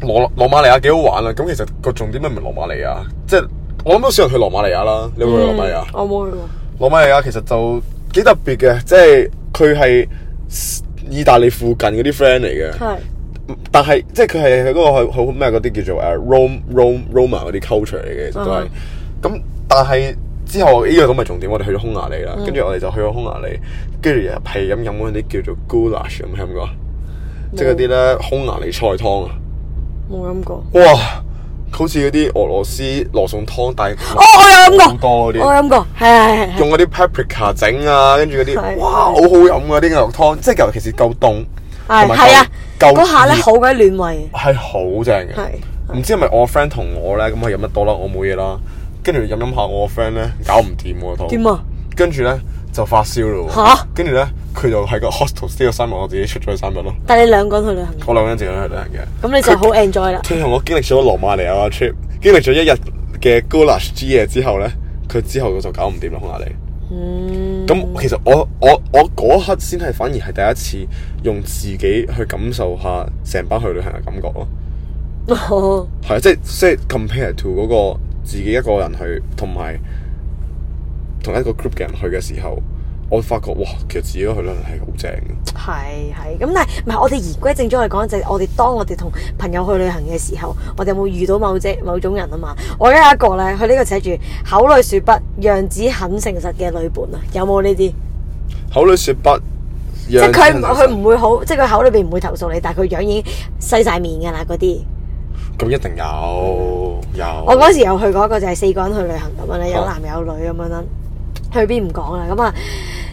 [SPEAKER 1] 羅羅馬尼亞幾好玩啊！咁其實個重點咪唔係羅馬尼亞，即係我諗都少人去羅馬尼亞啦。你會去羅馬尼亞？
[SPEAKER 2] 嗯我冇去過。
[SPEAKER 1] 羅馬尼亞其實就幾特別嘅，即係佢係意大利附近嗰啲 friend 嚟嘅。
[SPEAKER 2] 係
[SPEAKER 1] 但係即係佢係佢嗰個好咩嗰啲叫做誒 Rome Rome Roma 嗰啲 culture 嚟嘅，其實都係
[SPEAKER 2] 嗯。
[SPEAKER 1] 咁但係之後呢個咁嘅重點，我哋去咗匈牙利啦，跟住我哋就去咗匈牙利，跟住係咁飲嗰啲叫做 goulash 咁香港，即係嗰啲咧匈牙利菜湯啊，
[SPEAKER 2] 冇飲過。
[SPEAKER 1] 哇！好似嗰啲俄羅斯羅宋湯，但係
[SPEAKER 2] 哦，我有
[SPEAKER 1] 好
[SPEAKER 2] 飲過，
[SPEAKER 1] 多嗰
[SPEAKER 2] 嗯我
[SPEAKER 1] 啲。
[SPEAKER 2] 飲過，係係係係。
[SPEAKER 1] 用嗰啲 paprika 整啊，跟住嗰啲，
[SPEAKER 2] 係
[SPEAKER 1] 哇，好好飲啊！啲牛肉湯，即係尤其是夠凍，同埋
[SPEAKER 2] 係係啊，
[SPEAKER 1] 夠
[SPEAKER 2] 嗰下咧
[SPEAKER 1] 熱
[SPEAKER 2] 好鬼暖胃，
[SPEAKER 1] 係好正嘅。
[SPEAKER 2] 係
[SPEAKER 1] 唔知係咪我 friend 同我咧，咁佢飲得多啦，我冇嘢啦。跟住飲飲下，我個 friend 咧搞唔掂喎肚。
[SPEAKER 2] 點啊？
[SPEAKER 1] 跟住咧就發燒咯喎。
[SPEAKER 2] 吓
[SPEAKER 1] 跟住咧，佢就喺個 hostel stay 咗三日，我自己出咗去三日咯。
[SPEAKER 2] 但係你兩個人去旅行，
[SPEAKER 1] 我兩個人自己去旅行嘅。
[SPEAKER 2] 咁你就好 enjoy 啦。
[SPEAKER 1] 佢同我經歷咗羅馬尼亞嘅 trip，經歷咗一日嘅 goulash 之夜之後咧，佢之後就搞唔掂啦，匈牙利。
[SPEAKER 2] 嗯，
[SPEAKER 1] 咁、其實我我我嗰刻先係反而係第一次用自己去感受下成班去旅行嘅感覺咯。
[SPEAKER 2] 哦
[SPEAKER 1] 係啊，即係即係 compare to 嗰個自己一個人去，同埋同一個 group 嘅人去嘅時候，我發覺哇，其實自己一個去旅行係好正嘅。
[SPEAKER 2] 係係，咁但係唔係我哋言歸正傳嚟講，就係我哋當我哋同朋友去旅行嘅時候，我哋有冇遇到某隻某種人啊嘛？我而家有一個咧，佢呢個寫住口裏説不，樣子很誠實嘅旅伴啊，有冇呢啲？
[SPEAKER 1] 口裏說不，即
[SPEAKER 2] 即係佢唔佢唔會好，即係佢口裏邊唔會投訴你，但係佢樣已經細晒面㗎啦嗰啲。
[SPEAKER 1] 咁一定有有。
[SPEAKER 2] 我嗰時有去過一個就係四個人去旅行咁樣咧，有
[SPEAKER 1] 啊
[SPEAKER 2] 男有女咁樣啦。去邊唔講啦，咁啊，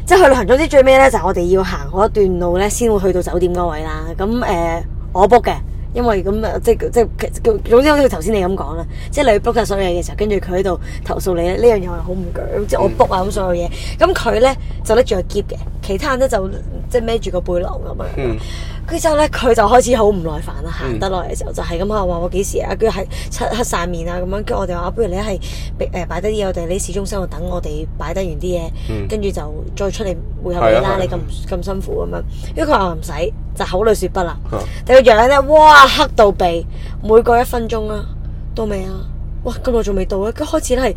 [SPEAKER 2] 即係去旅行總之最尾咧就係我哋要行嗰一段路咧，先會去到酒店嗰位啦。咁誒、呃我 book 嘅，因為咁啊，即係即係其總之好似頭先你咁講啦，即係你去 book 晒所有嘢嘅時候，跟住佢喺度投訴你咧，呢樣嘢我係好唔鋸，即係我 book 啊咁所有嘢。咁佢咧就拎住個箧嘅，其他人咧就即係孭住個背囊咁樣。
[SPEAKER 1] 嗯
[SPEAKER 2] 跟住之後咧，佢就開始好唔耐煩啦，行得落嚟嘅時候就係咁喺度話我幾時啊，跟住係漆黑晒面啊咁樣，跟住我哋話啊不如你係誒擺低啲嘢，我哋喺市中心度等我哋擺低完啲
[SPEAKER 1] 嗯
[SPEAKER 2] 嘢，跟住就再出嚟會合
[SPEAKER 1] 係
[SPEAKER 2] 你
[SPEAKER 1] 啊係
[SPEAKER 2] 啦
[SPEAKER 1] 啊，
[SPEAKER 2] 你咁咁辛苦咁樣，因為佢話唔使，就口裏説不啦
[SPEAKER 1] 啊。
[SPEAKER 2] 但個樣咧，哇黑到鼻，每個一分鐘啦，到未啊？哇咁耐仲未到咧，跟住開始咧係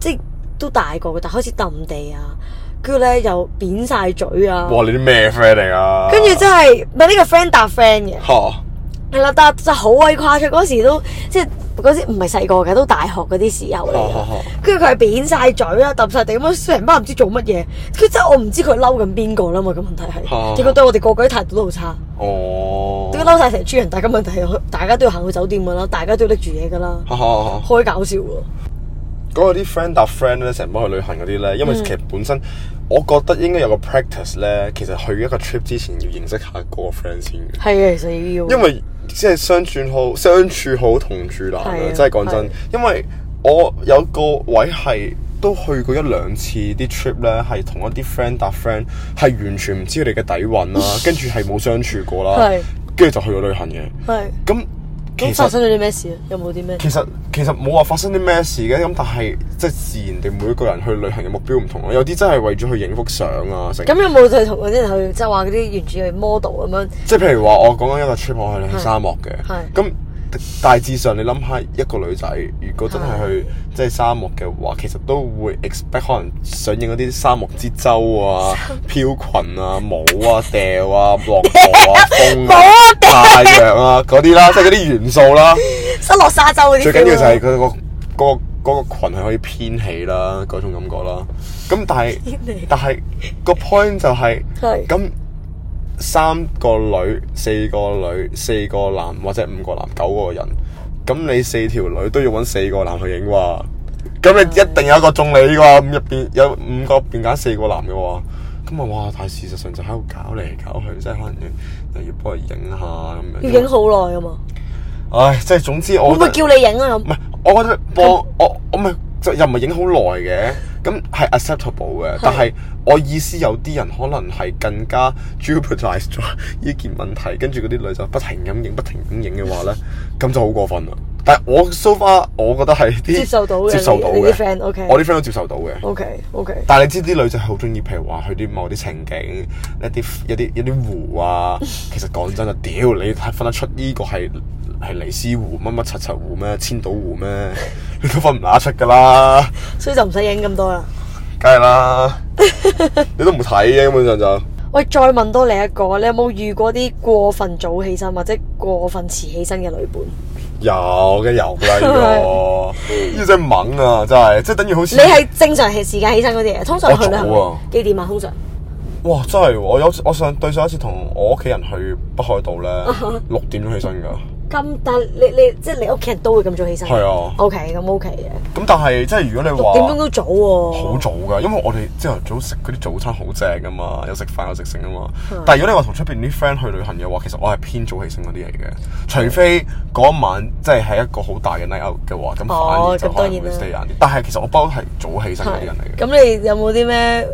[SPEAKER 2] 即係都大個嘅，但開始揼地啊，跟住咧又扁晒嘴啊，
[SPEAKER 1] 哇，你啲咩 friend 嚟啊？
[SPEAKER 2] 跟住真係咪呢個 friend 搭 friend 嘅？
[SPEAKER 1] 嚇
[SPEAKER 2] 係啦，但就好鬼誇張。嗰時都即係嗰時唔係細個嘅，都大學嗰啲時候嚟
[SPEAKER 1] 哦哦
[SPEAKER 2] 㗎
[SPEAKER 1] 哦。
[SPEAKER 2] 跟住佢係扁晒嘴啦，揼晒地咁樣，成班唔知做乜嘢。佢真係我唔知佢嬲緊邊個啦嘛。咁問題係，
[SPEAKER 1] 哦
[SPEAKER 2] 結果對我哋個個啲態度都好差，
[SPEAKER 1] 哦，
[SPEAKER 2] 點解嬲晒成村人？大家問題係，大家都要行去酒店㗎啦，大家都要拎住嘢㗎啦，
[SPEAKER 1] 嚇嚇嚇
[SPEAKER 2] 開搞笑喎。
[SPEAKER 1] 嗰個啲 friend 搭 friend 咧，成班去旅行嗰啲咧，因為
[SPEAKER 2] 嗯
[SPEAKER 1] 其實本身我覺得應該有個 practice 咧，其實去一個 trip 之前要認識下嗰個 friend 先嘅。
[SPEAKER 2] 係啊嘅，其實要
[SPEAKER 1] 因為即係相處好，相處好同住難啊
[SPEAKER 2] 係啊！
[SPEAKER 1] 真係講
[SPEAKER 2] 係
[SPEAKER 1] 真，因為我有個位係都去過一兩次啲 trip 咧，係同一啲 friend 搭 friend，係完全唔知佢哋嘅底韻 啦，跟住係冇相處過啦
[SPEAKER 2] 係，
[SPEAKER 1] 跟住就去咗旅行嘅。
[SPEAKER 2] 係
[SPEAKER 1] 咁其
[SPEAKER 2] 咁發
[SPEAKER 1] 實
[SPEAKER 2] 生咗啲咩事啊？有冇啲咩？
[SPEAKER 1] 其實其實冇話發生啲咩事嘅，咁但係即係自然地每一個人去旅行嘅目標唔同咯，有啲真係為咗去影幅相啊，成
[SPEAKER 2] 咁有冇就係同嗰啲人去即係話嗰啲原住嘅 model 咁樣？
[SPEAKER 1] 即係譬如話，我講緊一個 trip 我係去沙漠嘅
[SPEAKER 2] 係，
[SPEAKER 1] 咁大致上你諗下一個女仔，如果真係去即係沙漠嘅話，其實都會 expect 可能想影嗰啲沙漠之舟啊、飄裙啊、帽啊、掉 啊、駱駝啊、風啊、太陽啊嗰啲啦，即係嗰啲元素啦。
[SPEAKER 2] 失落沙洲嗰啲
[SPEAKER 1] 最緊要
[SPEAKER 2] feel
[SPEAKER 1] 就係佢
[SPEAKER 2] 啊
[SPEAKER 1] 個嗰個嗰個裙係可以偏起啦，嗰種感覺啦。咁但係
[SPEAKER 2] 偏起
[SPEAKER 1] 但係個 point 就係
[SPEAKER 2] 係
[SPEAKER 1] 咁三個女、四個女、四個男或者五個男九個人，咁你四條女都要揾四個男去影啩？咁
[SPEAKER 2] 嗯
[SPEAKER 1] 你一定有一個中你啩？咁入邊有五個入邊揀四個男嘅喎。咁啊，哇！但係事實上就喺度搞嚟搞去，即係可能要又要幫佢影下咁樣。
[SPEAKER 2] 要影好耐啊嘛，
[SPEAKER 1] 唉，即係總之
[SPEAKER 2] 會
[SPEAKER 1] 我
[SPEAKER 2] 唔
[SPEAKER 1] 覺
[SPEAKER 2] 會
[SPEAKER 1] 得
[SPEAKER 2] 叫你影啊
[SPEAKER 1] 唔
[SPEAKER 2] 咁？
[SPEAKER 1] 係，我覺得幫我我咪就又唔係影好耐嘅，咁係 acceptable 嘅。但係我意思有啲人可能係更加 jeopardize 咗 呢件問題，跟住嗰啲女就不停咁影，不停咁影嘅話咧，咁就好過分啦。但係我 so far 我覺得係啲
[SPEAKER 2] 接受到嘅
[SPEAKER 1] 接受到
[SPEAKER 2] 你你啲
[SPEAKER 1] 嘅
[SPEAKER 2] friend，OK
[SPEAKER 1] 我啲 friend 都接受到嘅。
[SPEAKER 2] O K O K，
[SPEAKER 1] 但係你知啲女仔好中意，譬如話去啲某啲情景、一啲一啲一啲湖啊。 其實講真啊，屌你睇分得出呢個係係尼斯湖乜乜柒柒湖咩、千島湖咩， 你都分唔乸出㗎啦，
[SPEAKER 2] 所以就唔使影咁多啦。
[SPEAKER 1] 梗係啦， 你都唔睇嘅根本上就。
[SPEAKER 2] 喂，再問多你一個，你有冇遇過啲過分早起身或者過分遲起身嘅女伴？
[SPEAKER 1] 有嘅有啦呢 個，呢真係猛啊！真係，即係等於好似
[SPEAKER 2] 你係正常係時間起身嗰啲嘢，通常去旅行
[SPEAKER 1] 我早啊
[SPEAKER 2] 幾點啊？通常
[SPEAKER 1] 哇！真係喎我有我上對上一次同我屋企人去北海道咧， 六點鐘起身㗎。
[SPEAKER 2] 咁，但係你你即係你屋企人都會咁早起身。
[SPEAKER 1] 係啊
[SPEAKER 2] ，O K，咁 O K 嘅，
[SPEAKER 1] 咁但係即係如果你
[SPEAKER 2] 六
[SPEAKER 1] 話
[SPEAKER 2] 點鐘都早喎。
[SPEAKER 1] 好早噶，因為我哋朝頭早食嗰啲早餐好正噶嘛，有食飯有食剩噶嘛。但係如果你話同出邊啲 friend 去旅行嘅話，其實我係偏早起身嗰啲嚟嘅，除非嗰一晚即係係一個好大嘅 night out 嘅話，咁反
[SPEAKER 2] 哦
[SPEAKER 1] 而就
[SPEAKER 2] 咁
[SPEAKER 1] 可能
[SPEAKER 2] 當然
[SPEAKER 1] 會
[SPEAKER 2] 啦
[SPEAKER 1] stay 晏啲。但係其實我包係早起身嗰啲
[SPEAKER 2] 係
[SPEAKER 1] 人嚟嘅。
[SPEAKER 2] 咁你有冇啲咩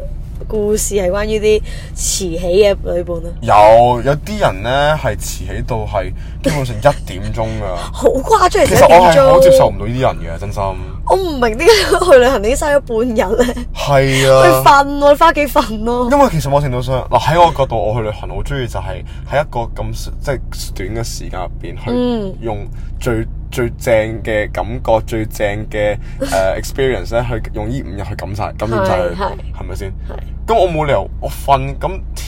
[SPEAKER 2] 故事係關於啲遲起嘅女伴啊？，
[SPEAKER 1] 有有啲人咧係遲起到係基本上一點鐘噶
[SPEAKER 2] 好誇張，
[SPEAKER 1] 其實我係好接受
[SPEAKER 2] 唔。
[SPEAKER 1] 唔到呢啲人嘅，真心
[SPEAKER 2] 我唔明點解去旅行已經嘥咗半日咧，
[SPEAKER 1] 係
[SPEAKER 2] 去
[SPEAKER 1] 啊。
[SPEAKER 2] 瞓喎，去翻屋企瞓咯。
[SPEAKER 1] 因為其實某程度上，嗱喺我角度，我去旅行好中意就係喺一個咁即係短嘅時間入邊
[SPEAKER 2] 嗯
[SPEAKER 1] 去用最最正嘅感覺、最正 嘅誒 experience 咧，去用呢五日去感晒、感染晒
[SPEAKER 2] 係係
[SPEAKER 1] 佢，係咪先？咁我冇理由我瞓咁，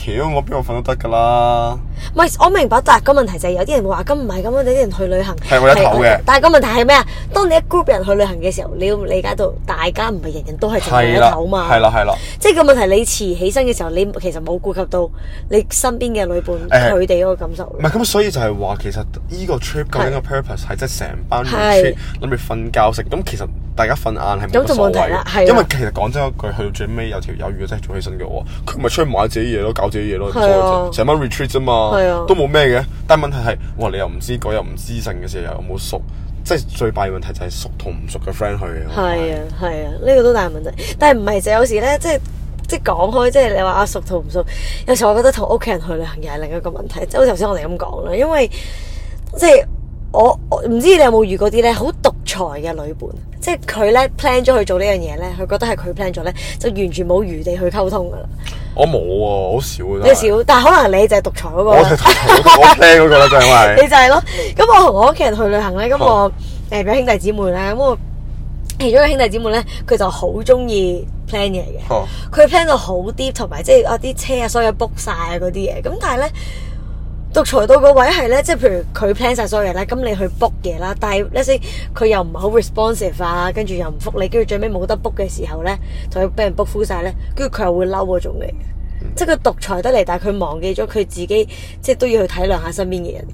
[SPEAKER 1] 屌我邊度瞓都得㗎啦。
[SPEAKER 2] 唔係，我明白，但係個問題就係有啲人會話咁唔係咁，我哋啲人去旅行
[SPEAKER 1] 係為咗唞嘅
[SPEAKER 2] 但係個問題係咩啊？當你一 group 人去旅行嘅時候，你要理解到大家唔係人人都係淨係為咗
[SPEAKER 1] 啦，
[SPEAKER 2] 唞嘛。
[SPEAKER 1] 係啦，係啦。
[SPEAKER 2] 即係個問題，你遲起身嘅時候，你其實冇顧及到你身邊嘅女伴
[SPEAKER 1] 誒
[SPEAKER 2] 佢哋嗰個感受
[SPEAKER 1] 唔。係咁，所以就係話其實呢個 trip 究竟個 purpose 係即係成班人 trip 諗住瞓覺食，咁其實大家瞓晏係冇
[SPEAKER 2] 咁就
[SPEAKER 1] 乜所
[SPEAKER 2] 冇問題啦係啊
[SPEAKER 1] 謂，
[SPEAKER 2] 啦
[SPEAKER 1] 因為其實講真一句，去到最尾有條友如果真係早起身嘅話，佢咪出去買自己嘢咯，搞自己嘢咯，冇所
[SPEAKER 2] 係啊
[SPEAKER 1] 謂啫成班 retreat 啫嘛
[SPEAKER 2] 係啊，
[SPEAKER 1] 都冇咩嘅。但係問題係，哇你又唔知嗰日唔知性嘅時候又冇熟，即係最弊問題就係熟同唔熟嘅 friend 去嘅。
[SPEAKER 2] 係啊，係啊，呢、個都大問題。但係唔係就有時咧，即係即係講開，即係你話阿熟同唔熟，有時我覺得同屋企人去旅行又係另一個問題。即係好似頭先我哋咁講啦，因為即係我我唔知你有冇遇過啲咧好獨裁嘅女伴，即係佢咧 plan 咗去做呢樣嘢咧，佢覺得係佢 plan 咗咧，就完全冇餘地去溝通噶啦。
[SPEAKER 1] 我冇喎，好少啊。
[SPEAKER 2] 你
[SPEAKER 1] 真係
[SPEAKER 2] 少，但係可能你就係獨裁嗰、個
[SPEAKER 1] 我
[SPEAKER 2] 啦。
[SPEAKER 1] 係同我 plan 嗰個啦，就係因為
[SPEAKER 2] 你就係咯。咁我同我屋企人去旅行咧，咁我誒有兄弟姊妹啦，咁我其中一個兄弟姊妹咧，佢就好中意 plan 嘢嘅。
[SPEAKER 1] 哦
[SPEAKER 2] 佢 plan 到好 deep，同埋即係啊啲車啊，所有 book 晒啊嗰啲嘢。咁但係咧，獨裁到個位係咧，即係譬如佢 plan 晒所有嘢啦，咁你去 book 嘢啦，但係咧先佢又唔係好 responsive 啊，跟住又唔復你，跟住最尾冇得 book 嘅時候咧，就俾人 book full 晒咧，跟住佢又會嬲嗰種嚟嘅。
[SPEAKER 1] 嗯
[SPEAKER 2] 即係佢獨裁得嚟，但係佢忘記咗佢自己，即係都要去體諒下身邊嘅人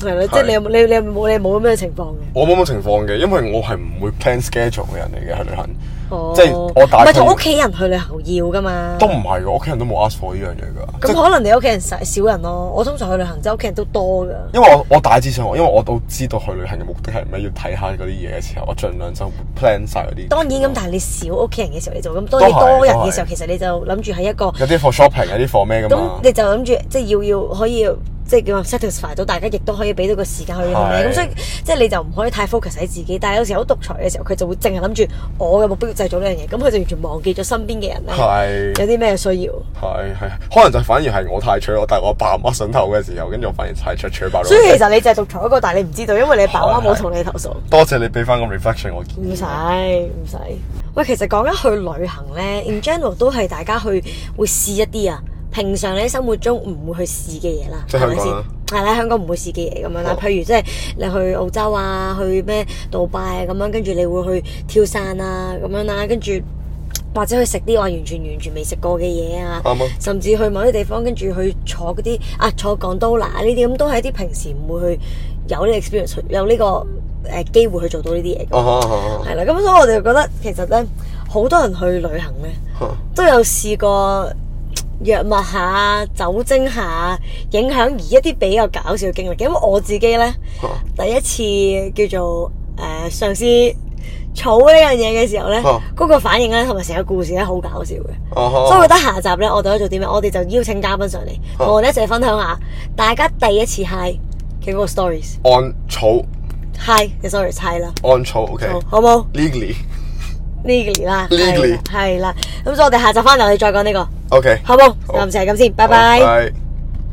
[SPEAKER 2] 嘅，係咯。即係你有冇你你有冇你有冇咁樣嘅情況嘅？
[SPEAKER 1] 我冇乜情況嘅，因為我係唔會 plan schedule 嘅人嚟嘅去旅行。
[SPEAKER 2] 哦
[SPEAKER 1] 即係我大
[SPEAKER 2] 唔
[SPEAKER 1] 概
[SPEAKER 2] 係同屋企人去旅行要噶嘛？
[SPEAKER 1] 都唔係嘅，屋企人都冇 ask for 呢樣嘢㗎。
[SPEAKER 2] 咁
[SPEAKER 1] 即係
[SPEAKER 2] 可能你屋企人少少人咯，我通常去旅行即係屋企人都多噶。
[SPEAKER 1] 因為我我大致上，因為我都知道去旅行嘅目的係咩，要睇下嗰啲嘢嘅時候，我盡量就 plan 晒嗰啲。
[SPEAKER 2] 當然咁，但係你少屋企人嘅時候，你就咁。當你
[SPEAKER 1] 哦都係
[SPEAKER 2] 多人
[SPEAKER 1] 都
[SPEAKER 2] 嘅時候，
[SPEAKER 1] 係啊
[SPEAKER 2] 其實你就諗住係一個
[SPEAKER 1] 有啲 for shopping，有啲 for 咩㗎嘛
[SPEAKER 2] 咁，。你就諗住即係要要可以即係叫話 satisfy 到大家，亦都可以俾到個時間去去咩
[SPEAKER 1] 係
[SPEAKER 2] 咁，所以即係你就唔可以太 focus 喺自己。但係有時好獨裁嘅時候，佢就會淨係諗住我嘅目標就係做呢樣嘢，咁佢就完全忘記咗身邊嘅人咧
[SPEAKER 1] 係
[SPEAKER 2] 有啲咩需要。
[SPEAKER 1] 係係，可能就反而係我太脆我但係我阿爸阿媽想頭嘅時候，跟住我反而太脆脆爆咗。
[SPEAKER 2] 所以其實你就係獨裁嗰個，但係你唔知道，因為你爸媽冇
[SPEAKER 1] 係
[SPEAKER 2] 同你投訴。
[SPEAKER 1] 多謝你俾翻個 reflection 我建
[SPEAKER 2] 唔
[SPEAKER 1] 議
[SPEAKER 2] 使唔使。喂，其實講緊去旅行咧，in general 都係大家去會試一啲啊，平常你喺生活中唔會去試嘅嘢啦，
[SPEAKER 1] 即係
[SPEAKER 2] 係咪
[SPEAKER 1] 香
[SPEAKER 2] 先
[SPEAKER 1] 港啦？
[SPEAKER 2] 係啦，香港唔會試嘅嘢咁樣啦
[SPEAKER 1] 哦。
[SPEAKER 2] 譬如即係你去澳洲啊，去咩杜拜啊咁樣，跟住你會去跳傘啊咁樣啦，跟住或者去食啲我完全完全未食過嘅嘢啊。
[SPEAKER 1] 啱啊！
[SPEAKER 2] 甚至去某啲地方，跟住去坐嗰啲啊坐港都拿呢啲咁，都係一啲平時唔會去有呢個 experience，有呢個誒機會去做到呢啲嘢
[SPEAKER 1] 啊
[SPEAKER 2] 㗎。
[SPEAKER 1] 哈啊哈
[SPEAKER 2] 係啦，咁所以我哋覺得其實咧，好多人去旅行咧
[SPEAKER 1] 啊
[SPEAKER 2] 都有試過藥物下、酒精下影響而一啲比較搞笑嘅經歷嘅。因為我自己咧
[SPEAKER 1] 啊
[SPEAKER 2] 第一次叫做誒、呃、嘗試儲呢樣嘢嘅時候咧，
[SPEAKER 1] 啊
[SPEAKER 2] 嗰、個反應咧同埋成個故事咧好搞笑嘅。
[SPEAKER 1] 啊哈
[SPEAKER 2] 所以我覺得下集咧，我哋可以做啲咩？我哋就邀請嘉賓上嚟，同我哋一齊分享下大家第一次 high 嘅嗰個 stories。
[SPEAKER 1] 按草
[SPEAKER 2] high 嘅 stories high 啦，
[SPEAKER 1] 按草，OK
[SPEAKER 2] 好好冇
[SPEAKER 1] legally
[SPEAKER 2] 呢個啦，
[SPEAKER 1] Legally
[SPEAKER 2] 係啦，係啦。咁所以我哋下集翻嚟，我哋再講呢個，
[SPEAKER 1] OK，
[SPEAKER 2] 好冇？
[SPEAKER 1] 好
[SPEAKER 2] 暫時係咁先，拜
[SPEAKER 1] 好
[SPEAKER 2] 拜。
[SPEAKER 1] 拜。